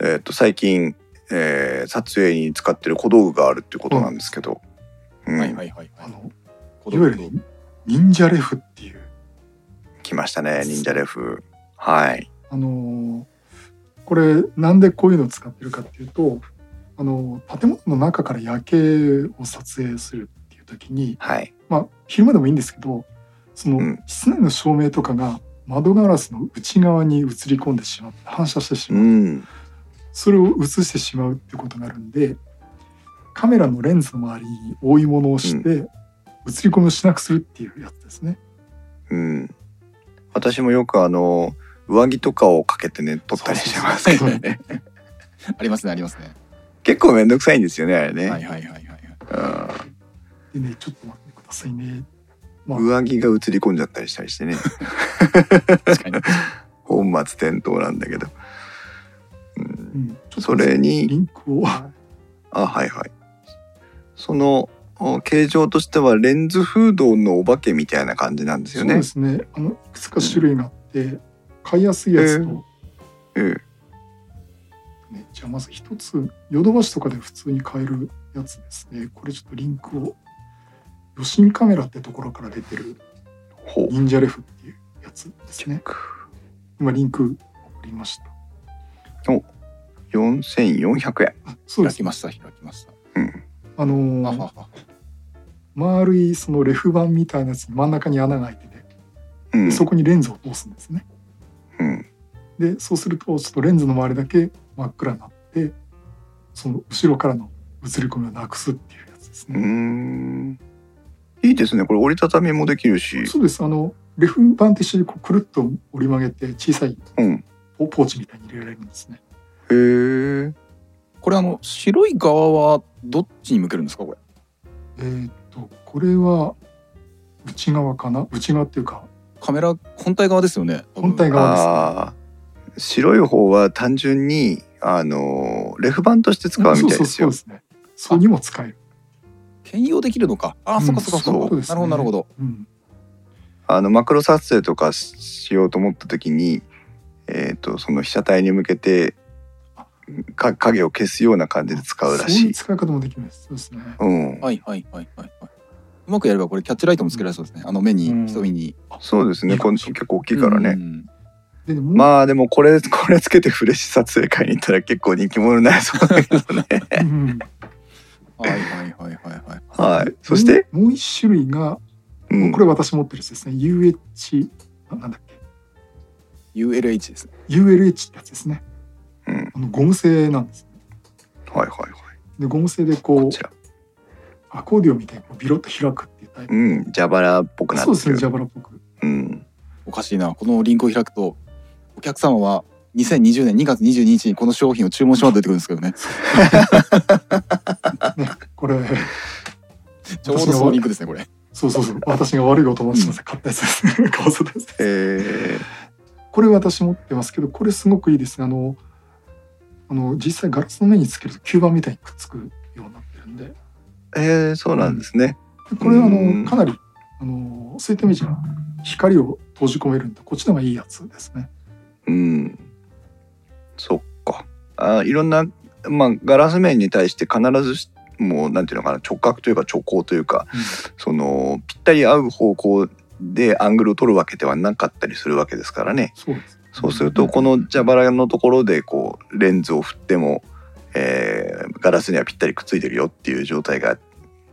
S1: えーっと最近、えー撮影に使ってる小道具があるっていうことなんですけど、うん
S3: はいはいはい、は
S2: あ
S3: い、
S2: の
S3: 子
S2: いわ
S3: 供
S2: ゆる忍者レフっていう
S1: 来ましたね忍者レフはい
S2: あのーこれなんでこういうのを使ってるかっていうと、あのー建物の中から夜景を撮影するっていう時に、
S1: はい
S2: まあ昼間でもいいんですけど、その、
S1: うん
S2: 室内の照明とかが窓ガラスの内側に映り込んでしまって反射してし
S1: う
S2: まう、
S1: ん
S2: それを映してしまうっていうことになるんで、カメラのレンズの周りに覆い物をして、映り込みをしなくするっていうやつですね。
S1: うん私もよくあの上着とかをかけてね撮ったりしてますけど
S2: そう
S1: ね
S3: ありますねありますね。
S1: 結構めんどくさいんですよねあれね、
S3: はいはいはいはいはい。
S2: でね、ちょっと待ってくださいね。ま
S1: うん、上着が映り込んじゃったりしたりしてね
S3: 確かに。
S1: 本末転倒なんだけど、うん、
S2: うん、ちょっと
S1: それに
S2: リンクを。
S1: あはいはいそのお形状としてはレンズフードのお化けみたいな感じなんですよね
S2: そうですね。あのいくつか種類があって、買いやすいやつと、
S1: え
S2: ね
S1: え
S2: じゃあまず一つヨドバシとかで普通に買えるやつですね。これちょっとリンクを余震カメラってところから出てる
S1: えほう
S2: 忍者レフっていうやつですね。
S1: ク
S2: 今リンク送りました。
S1: 4400円
S2: あそうで
S3: 開
S2: す
S3: き。ました開きました。
S1: うん
S2: あのー
S3: あはは
S2: 丸いそのレフ板みたいなやつに真ん中に穴が開いてて、
S1: うん
S2: でそこにレンズを通すんですね。
S1: うん
S2: でそうするとちょっとレンズの周りだけ真っ暗になってその後ろからの映り込みをなくすっていうやつです
S1: うー
S2: ね。
S1: んいいですねこれ折りたたみもできるし
S2: そうですあのレフ板と一緒にこうくるっと折り曲げて小さい
S1: うん
S2: ポポーチみたいに入れられるんですね。
S1: へえ
S3: これあの白い側はどっちに向けるんですかこれ。
S2: えーっとこれは内側かな内側っていうか
S3: カメラ本体側ですよね。多分
S2: 本体側です
S1: あー白い方は単純にあのレフ板として使うみ
S2: そう
S1: たい
S2: そう
S1: です
S2: そう
S1: よ
S2: ですね。そうにも使える。
S3: 兼用できるのか。あ
S2: う
S3: ー、
S2: ん
S3: そっかそっかそっ
S2: そ
S3: か。
S2: うですね
S3: なるほどなるほど。
S2: うん、
S1: あのマクロ撮影とかしようと思った時に、えー、とその被写体に向けてか影を消すような感じで使うら
S2: そう
S1: し
S2: いう
S1: い。
S2: 使い方もできるんです。そうですね。
S1: うん、
S3: はいはいはいはいはい。うまくやればこれキャッチライトもつけられそうですね。あの目に
S2: うん
S3: 瞳に。
S1: そうですね
S2: いいか
S1: こん
S2: もしれない
S1: 結構大きいから
S3: う
S1: ね、
S3: ん
S2: でもう
S1: まあでもこれ これつけてフレッシュ撮影会に行ったら結構人気者になりそう だけどね
S2: うん
S3: はいはいはいはいはい。
S1: はいそして、
S2: もうもう一種類が
S1: うん、
S2: これ私持ってるやつですね。UH あなんだっけ
S3: ULH ですね。
S2: ULH ってやつですね。
S1: うん、はい
S2: あのゴム製なんです。
S1: はいはい
S2: でゴム製でこ
S1: こ
S2: う
S1: ちら
S2: アコーディオンみたいにこうビロッと開くっていうタイプ。
S1: うん蛇腹っぽくなっ
S2: そうで
S1: て
S2: すね。
S1: る
S2: ジャバラっぽく。
S1: うん
S3: おかしいな。このリンクを開くとお客様は2020年2月22日にこの商品を注文しまって出てくるんですけどね。
S2: こ れ
S3: ちょうどそのリンクですねこれ。
S2: そうそうそう。私が悪いお友達として買ったやつです。買わせたや つです。
S1: えー、
S2: これ私持ってますけど、これすごくいいですね。あのあの実際ガラスの目につけると吸盤みたいにくっつくようになってるんで、で
S1: えー、そうなんですね、
S2: これはあ
S1: うん
S2: のかなりあのそういった意味じゃ光を閉じ込めるんで、こっちの方がいいやつですね。
S1: うん。そっか。あいろんな、まあ、ガラス面に対して必ずしもうなんていうのかな直角というか直行というかそのぴったり合う方向でアングルを取るわけではなかったりするわけですからね
S2: そうです。
S1: そうするとこの蛇腹のところでこうレンズを振っても、えーガラスにはぴったりくっついてるよっていう状態が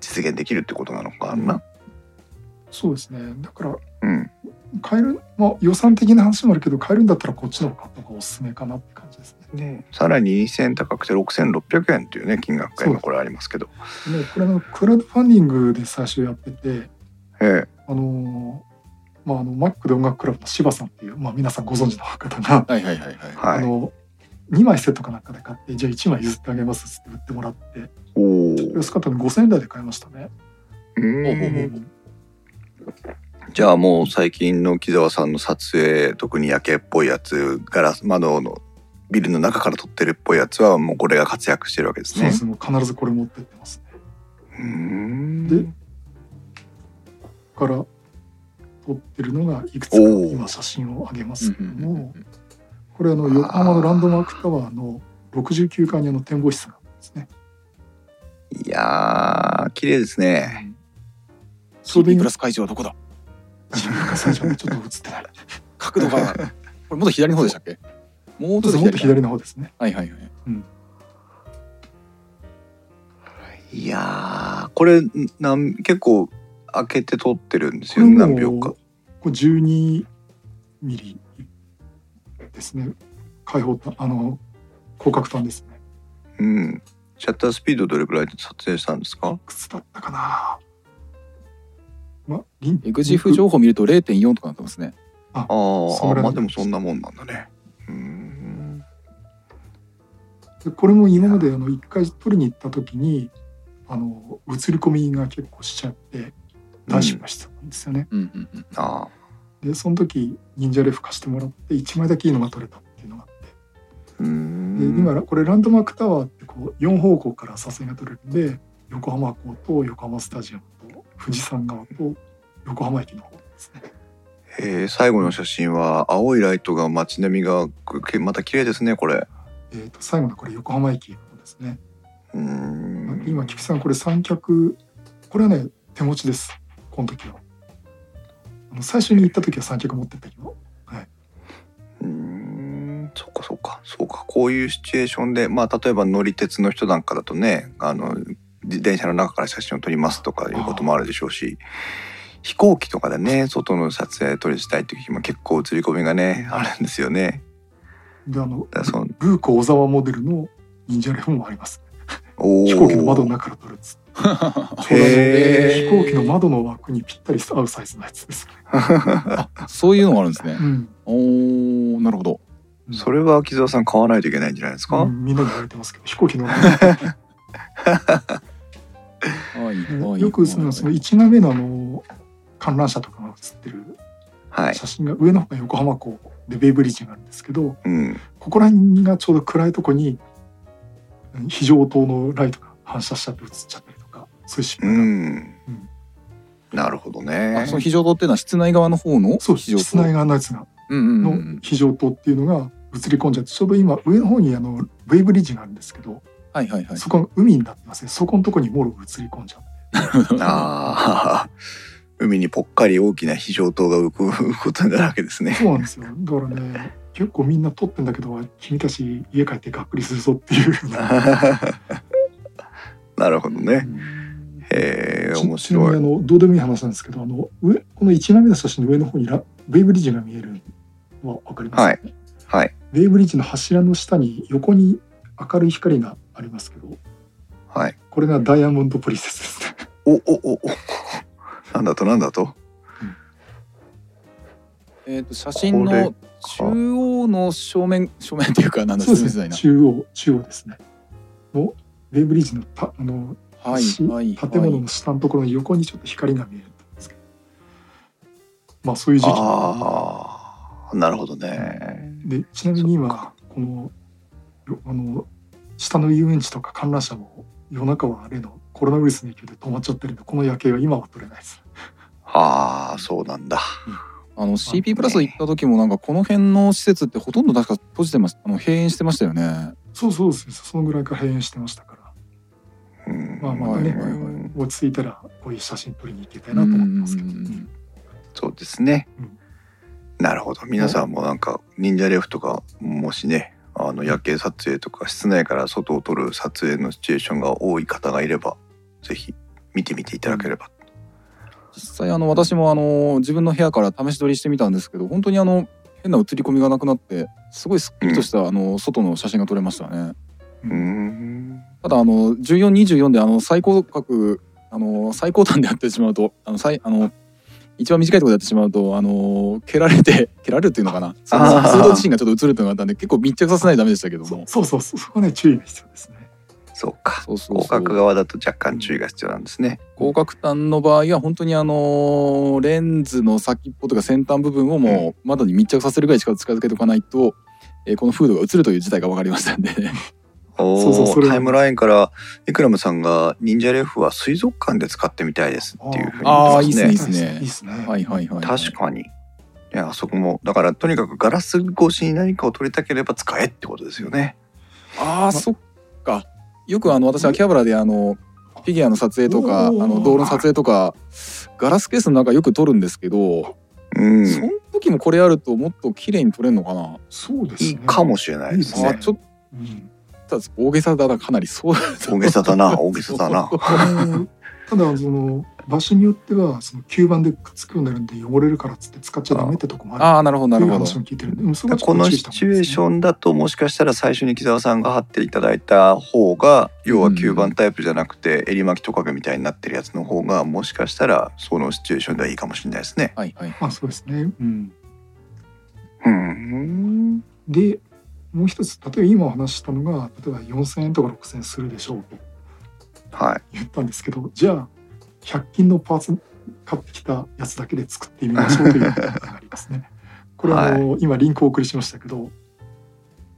S1: 実現できるってことなのかな。
S2: そうですね。だから
S1: うん、
S2: 買える、まあ、予算的な話もあるけど買えるんだったらこっちの方が買った方がおすすめかなって感じですね。
S1: さらに2,000円高くて6,600円というね金額が
S2: そ
S1: 今
S2: うです
S1: これありますけど。
S2: でこれあのクラウドファンディングで最初やってて
S1: え
S2: あのーまああの Mac で音楽クラブの柴さんっていう、まあ、皆さんご存知の方が、
S3: はいはいはいはい。
S1: えはい。
S2: あの2枚セットかなんかで買ってじゃあ1枚譲ってあげますっつって売ってもらって
S1: おお。
S2: 安かったので5000円台で買いましたね。
S1: うん
S3: ほう
S1: じゃあもう最近の木澤さんの撮影特に夜景っぽいやつガラス窓のビルの中から撮ってるっぽいやつはもうこれが活躍してるわけです
S2: そう
S1: ね
S2: で。すねもう必ずこれ持ってってますね。
S1: うーん
S2: でここから撮ってるのがいくつか
S1: おー
S2: 今写真をあげま
S3: う
S2: すけど
S3: んうんうんうん
S2: もこれあの横浜のランドマークタワーの69階にあの展望室があるんですね。
S1: いやー綺麗ですね。
S2: それ
S3: CP
S2: で
S3: プラス会場はどこだ
S2: 自分が最初にちょっと映って ない。
S3: 角度 が。これもっと左の方でしたっけもうちょっと
S2: もっと
S3: 左か。
S2: 左の方ですね。
S3: はいはいはい。
S1: いやーこれなん結構開けて撮ってるんです
S2: こ
S1: よ
S2: れ
S1: ね
S2: も
S1: 何秒か
S2: こ。れ12ミリですね。開放たあの広角端ですね。
S1: うん。シャッタースピードどれくらいで撮影したんですか
S2: い？くつだったかな。まリン
S3: エグジフ情報見ると0.4とかなってますね。
S1: あー
S2: そ
S1: あ
S2: れだ
S1: まあでもそんなもんなんだね。うーん。
S2: でこれも今まであの一回取りに行った時にあの映り込みが結構しちゃって大失敗してたんですよね。
S3: うんうんうん。
S1: ああ
S2: でその時忍者レフ貸してもらって1枚だけいいのが取れたっていうのがあって。
S1: うーん。
S2: で今これランドマークタワーってこう4方向から撮影が撮れるんで横浜港と横浜スタジアムと富士山側と横浜駅の方ですね。
S1: えー最後の写真は青いライトが街並みがくけまた綺麗ですねこれ。
S2: えー、と最後のこれ横浜駅の方ですね。
S1: うーん
S2: 今菊池さんこれ三脚これはね手持ちですこの時は。あの最初に行った時は三脚持ってったけど
S1: うーんそっかそっかそうかこういうシチュエーションでまあ例えば乗り鉄の人なんかだとねあの自電車の中から写真を撮りますとかいうこともあるでしょうし飛行機とかでね外の撮影撮りしたいっていう時も結構映り込みがねあるんですよね。
S2: であの
S1: だからその
S2: ブーコ小沢モデルの忍者レフォンもあります。
S1: おー
S2: 飛行機の窓の中から撮るっつって
S1: へ
S2: 飛行機の窓の枠にぴったり合うサイズのやつですね。
S3: そういうのもあるんですね
S2: う。ん
S3: おお、なるほど。
S2: うん
S1: それは木澤さん買わないといけないんじゃないですか、
S2: うんみんなに言われてますけど飛行 機の
S3: はいはい。
S2: よくそのその1画目のあの観覧車とかが写ってる
S1: はい、
S2: 写真が上の方が横浜港でベイブリッジがあるんですけど
S1: うん、
S2: ここら辺がちょうど暗いとこにうん非常灯のライトが反射しちゃって映っちゃったりとかそういう失
S1: う
S2: 敗が、
S1: ん、なるほどね
S3: あその非常灯っていうのは室内側の方の
S2: そう
S3: 非常灯
S2: 室内側のやつが
S3: うんうんうんう
S2: の
S3: ん。
S2: 非常灯っていうのが映り込んじゃってちょうど今上の方にあのベイブリッジがあるんですけど
S3: はいはいはい。
S2: そこが海になってますねそこのとこにもろ映り込んじゃって
S1: ああ、海にぽっかり大きな非常灯が浮く浮くことになるわけですね。
S2: そうなんですよ。だからね、結構みんな撮ってんだけど、君たち家帰ってがっくりするぞっていうふうな。
S1: なるほどね。 へえ、面白。
S2: ちないみにあの、どうでもいい話なんですけど、あの、上、この一枚目の写真の上の方にラ、ベイブリッジが見えるのはわかりますかね、
S1: はい。
S2: ベイブリッジの柱の下に、横に明るい光がありますけど、
S1: はい。
S2: これがダイヤモンドプリンセスですね。
S1: おおおお。なんだとなんだと。
S3: えっと写真
S1: これ
S3: の中央の正面正面っていうかなんだ
S2: そうで
S3: 説
S2: すね。
S3: 明しづらい
S2: 中央、中央ですね。の、ベイブリッジのた、あの、
S3: な。はい
S2: し
S3: はいはい。
S2: 建物の下のところに横にちょっと光が見えるんですけどまあそういう時期
S1: ああ、なるほどね。
S2: でちなみに
S1: そっ
S2: 今
S1: か
S2: このよあの下の遊園地とか観覧車も夜中はあれのコロナウイルスの影響で止まっちゃってるんでこの夜景は今は撮れないです
S1: ああ、そうなんだ。
S3: あの CP プラス行った時もなんかこの辺の施設ってほとんど確か閉じてましたあの閉園してましたよね。
S2: そうそうですねそのぐらいから閉園してましたから
S1: うん
S2: まあま
S3: あね
S2: 落ち着いたらこういう写真撮りに行きたいなと思ってますけど、
S3: うんうんうん
S1: そうですね
S2: うん。
S1: なるほど。皆さんもなんか忍者レフとかもしね、あの夜景撮影とか室内から外を撮る撮影のシチュエーションが多い方がいれば、ぜひ見てみていただければ。
S3: 実際あの私もあの自分の部屋から試し撮りしてみたんですけど本当にあの変な映り込みがなくなってすごいすっきりとした、あの外の写真が撮れましたね。
S1: うーん。
S3: ただあの1424であの最高角あの最高端でやってしまうとあの最あの一番短いところでやってしまうとあのー蹴られて蹴られるっていうのかなそ
S1: あー
S3: の動シーンがちょっと映るっていうのがあったんで結構密着させないとダメでしたけど
S2: そ
S3: も
S2: そうそうそうそこはね注意が必要ですね
S1: そうか
S3: そうそうそう
S1: 広角側だと若干注意が必要なんですね。
S3: 広角端の場合は本当にあのーレンズの先っぽとか先端部分をもう窓に密着させるぐらい近づけておかないと、えーこのフードが映るという事態が分かりましたんで
S1: おー
S2: そうそうそれ
S1: タイムラインからイクラムさんが忍者レフは水族館で使ってみたいですっていうふうに
S3: あー
S1: 言って
S3: あー
S1: ま
S3: いいっ
S1: すね。
S3: すね
S2: いいですね
S3: はいはいはい、はい、
S1: 確かに。いやあそこもだからとにかくガラス越しに何かを撮りたければ使えってことですよね。
S3: あーそっかよくあの私秋葉原であのフィギュアの撮影とかあ
S2: おー
S3: の道路の撮影とかガラスケースの中よく撮るんですけど、
S1: うん、
S3: その時もこれあるともっと綺麗に撮れるのかな、
S2: そうですね
S1: いいかもしれないです
S2: いい
S3: あ
S1: ね
S2: で。
S3: ちょっ
S2: うん
S3: と大げさだなかなりそう
S1: 大げさだな大げさだな。
S2: あのただその場所によってはその吸盤でくっつくようになるんで汚れるからっつって使っちゃダメってとこもある
S3: ああなるほど
S2: って
S3: なる
S2: いう
S3: ほど
S2: 話も聞いてるんで、うん、そはちょ
S1: こ
S2: っと
S1: の
S2: 注意し
S1: シ
S2: た
S1: チュエーシ
S2: ン
S1: ョンだともしかしたら最初に木澤さんが貼っていただいた方が要は吸盤タイプじゃなくて襟巻きトカゲみたいになってるやつの方がもしかしたらそのシチュエーションではいいかもしれないですね。
S3: はいはい
S2: まあそうですね、うん、
S1: うん、
S2: でもう一つ例えば今お話ししたのが例えば4,000円とか6,000円するでしょうと
S1: はい。
S2: 言ったんですけどじゃあ100均のパーツ買ってきたやつだけで作ってみましょうということがあります ね。これはあの、今リンクをお送りしましたけど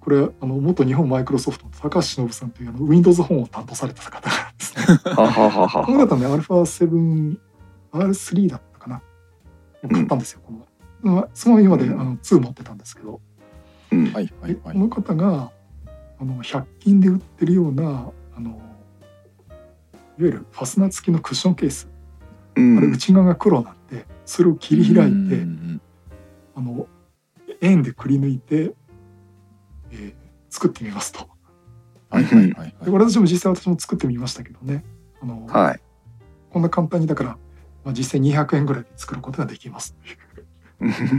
S2: これあの元日本マイクロソフトの高橋忍さんというあの Windows 本を担当されてた方なん ですね。
S1: はははは
S2: この方ね α7R3 だったかなを買ったんですよ、このまあそのまま今まで、
S1: うん
S2: あの2持ってたんですけど、
S1: うん
S3: はいは
S2: で
S3: い
S2: こ
S3: はい
S2: の方があの100均で売ってるようなあのいわゆるファスナー付きのクッションケース、
S1: うん
S2: あれ内側が黒なんでそれを切り開いて、
S3: うん
S2: あの円でくり抜いて、えー作ってみますと。
S3: はいはいはい
S2: で
S3: はい
S2: 私も実際私も作ってみましたけどねあの、
S1: はい。
S2: こんな簡単にだから、まあ、実際200円ぐらいで作ることができますという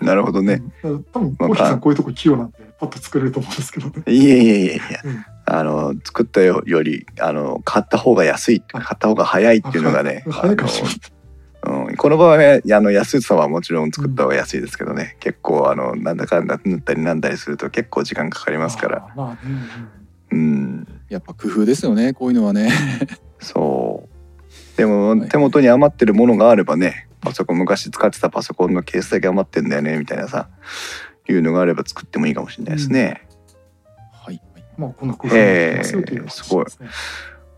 S1: なるほどね。
S2: うん。だから多分
S1: まあ
S2: コーヒーさんこういうとこ器用なんでパッと作れると思うんですけどね。
S1: いやいやいやいや
S2: うん。
S1: あの作ったよよりあの買った方が安い買った方が早いっていうのがね。
S2: 早いかもしれない。
S1: うん、この場合はあの安さはもちろん作った方が安いですけどね、結構あのなんだかんだ塗ったりなんだりすると結構時間かかりますから
S2: あー。まあね、
S1: うん
S3: やっぱ工夫ですよねこういうのはね
S1: そうでも
S3: はい
S1: 手元に余ってるものがあればねパソコン昔使ってたパソコンのケースだけ余ってんだよねみたいなさいうのがあれば作ってもいいかもしれないですね、
S3: はいはい
S2: うんまあこんな工夫ができますよという話ですね。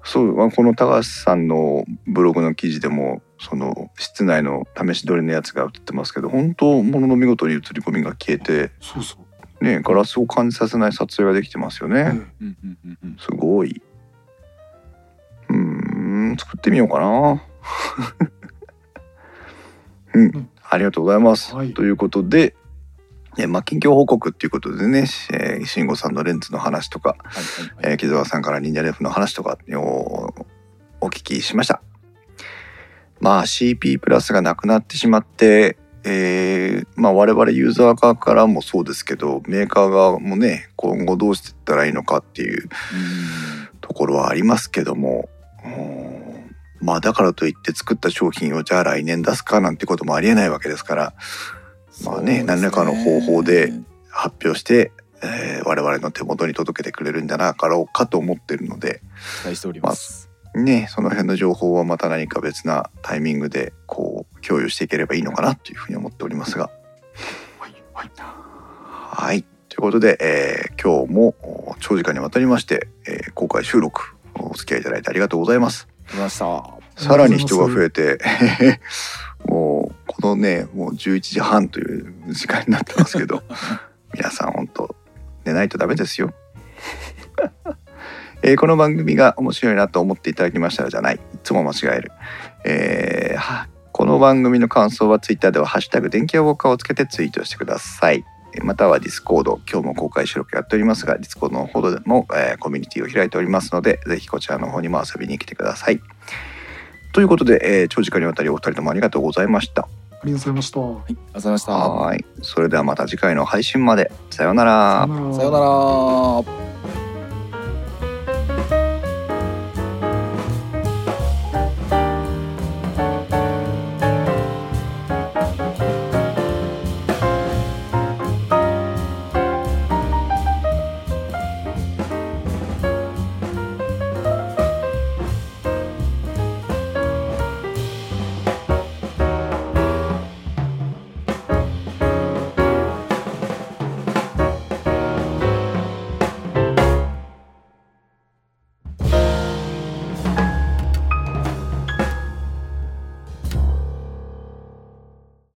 S1: そうまあこの高橋さんのブログの記事でもその室内の試し撮りのやつが映ってますけど本当ものの見事に映り込みが消えて
S2: そうそう。
S1: ねガラスを感じさせない撮影ができてますよね、
S2: うん
S3: うんうんうんうん
S1: すごい。うーん、作ってみようかな。うんん、ありがとうございます。
S2: はい
S1: ということで、えまあ、近況報告っていうことでね、えー慎吾さんのレンズの話とか、
S3: はいはいは
S1: え
S3: い
S1: ー木澤さんから忍者レフの話とかをお聞きしました。まあ CP プラスがなくなってしまって、えーまあ我々ユーザー側からもそうですけどメーカー側もね今後どうしていったらいいのかっていうところはありますけどもうんまあだからといって作った商品をじゃあ来年出すかなんてこともありえないわけですからまあね
S3: そうです
S1: 何らかの方法で発表して、えー我々の手元に届けてくれるんじゃなかろうかと思ってるので
S3: 期待しております、
S1: ねその辺の情報はまた何か別なタイミングでこう共有していければいいのかなというふうに思っておりますが
S2: はいはい。
S1: はい。ということで、えー今日もお長時間にわたりまして、えー公開収録お付き合いいただいてありがとうございます。
S3: 出ました
S1: さらに人が増えて、 もうこのね、もう11時半という時間になってますけど、 皆さん本当寝ないとダメですよ。 えーこの番組が面白いなと思っていただきましたらじゃないいつも間違える、えーはこの番組の感想はツイッターでは「ハッシュタグ電気屋ウォーカー」をつけてツイートしてくださいえーまたはディスコード今日も公開収録やっておりますがディスコードの方でも、えーコミュニティを開いておりますのでぜひこちらの方にも遊びに来てくださいということで、えー長時間にわたりお二人ともありがとうございました
S2: ありがとうございました。さ
S3: はい、ありがとうございました。
S1: はいそれではまた次回の配信までさようなら
S2: よなら
S3: さようなら。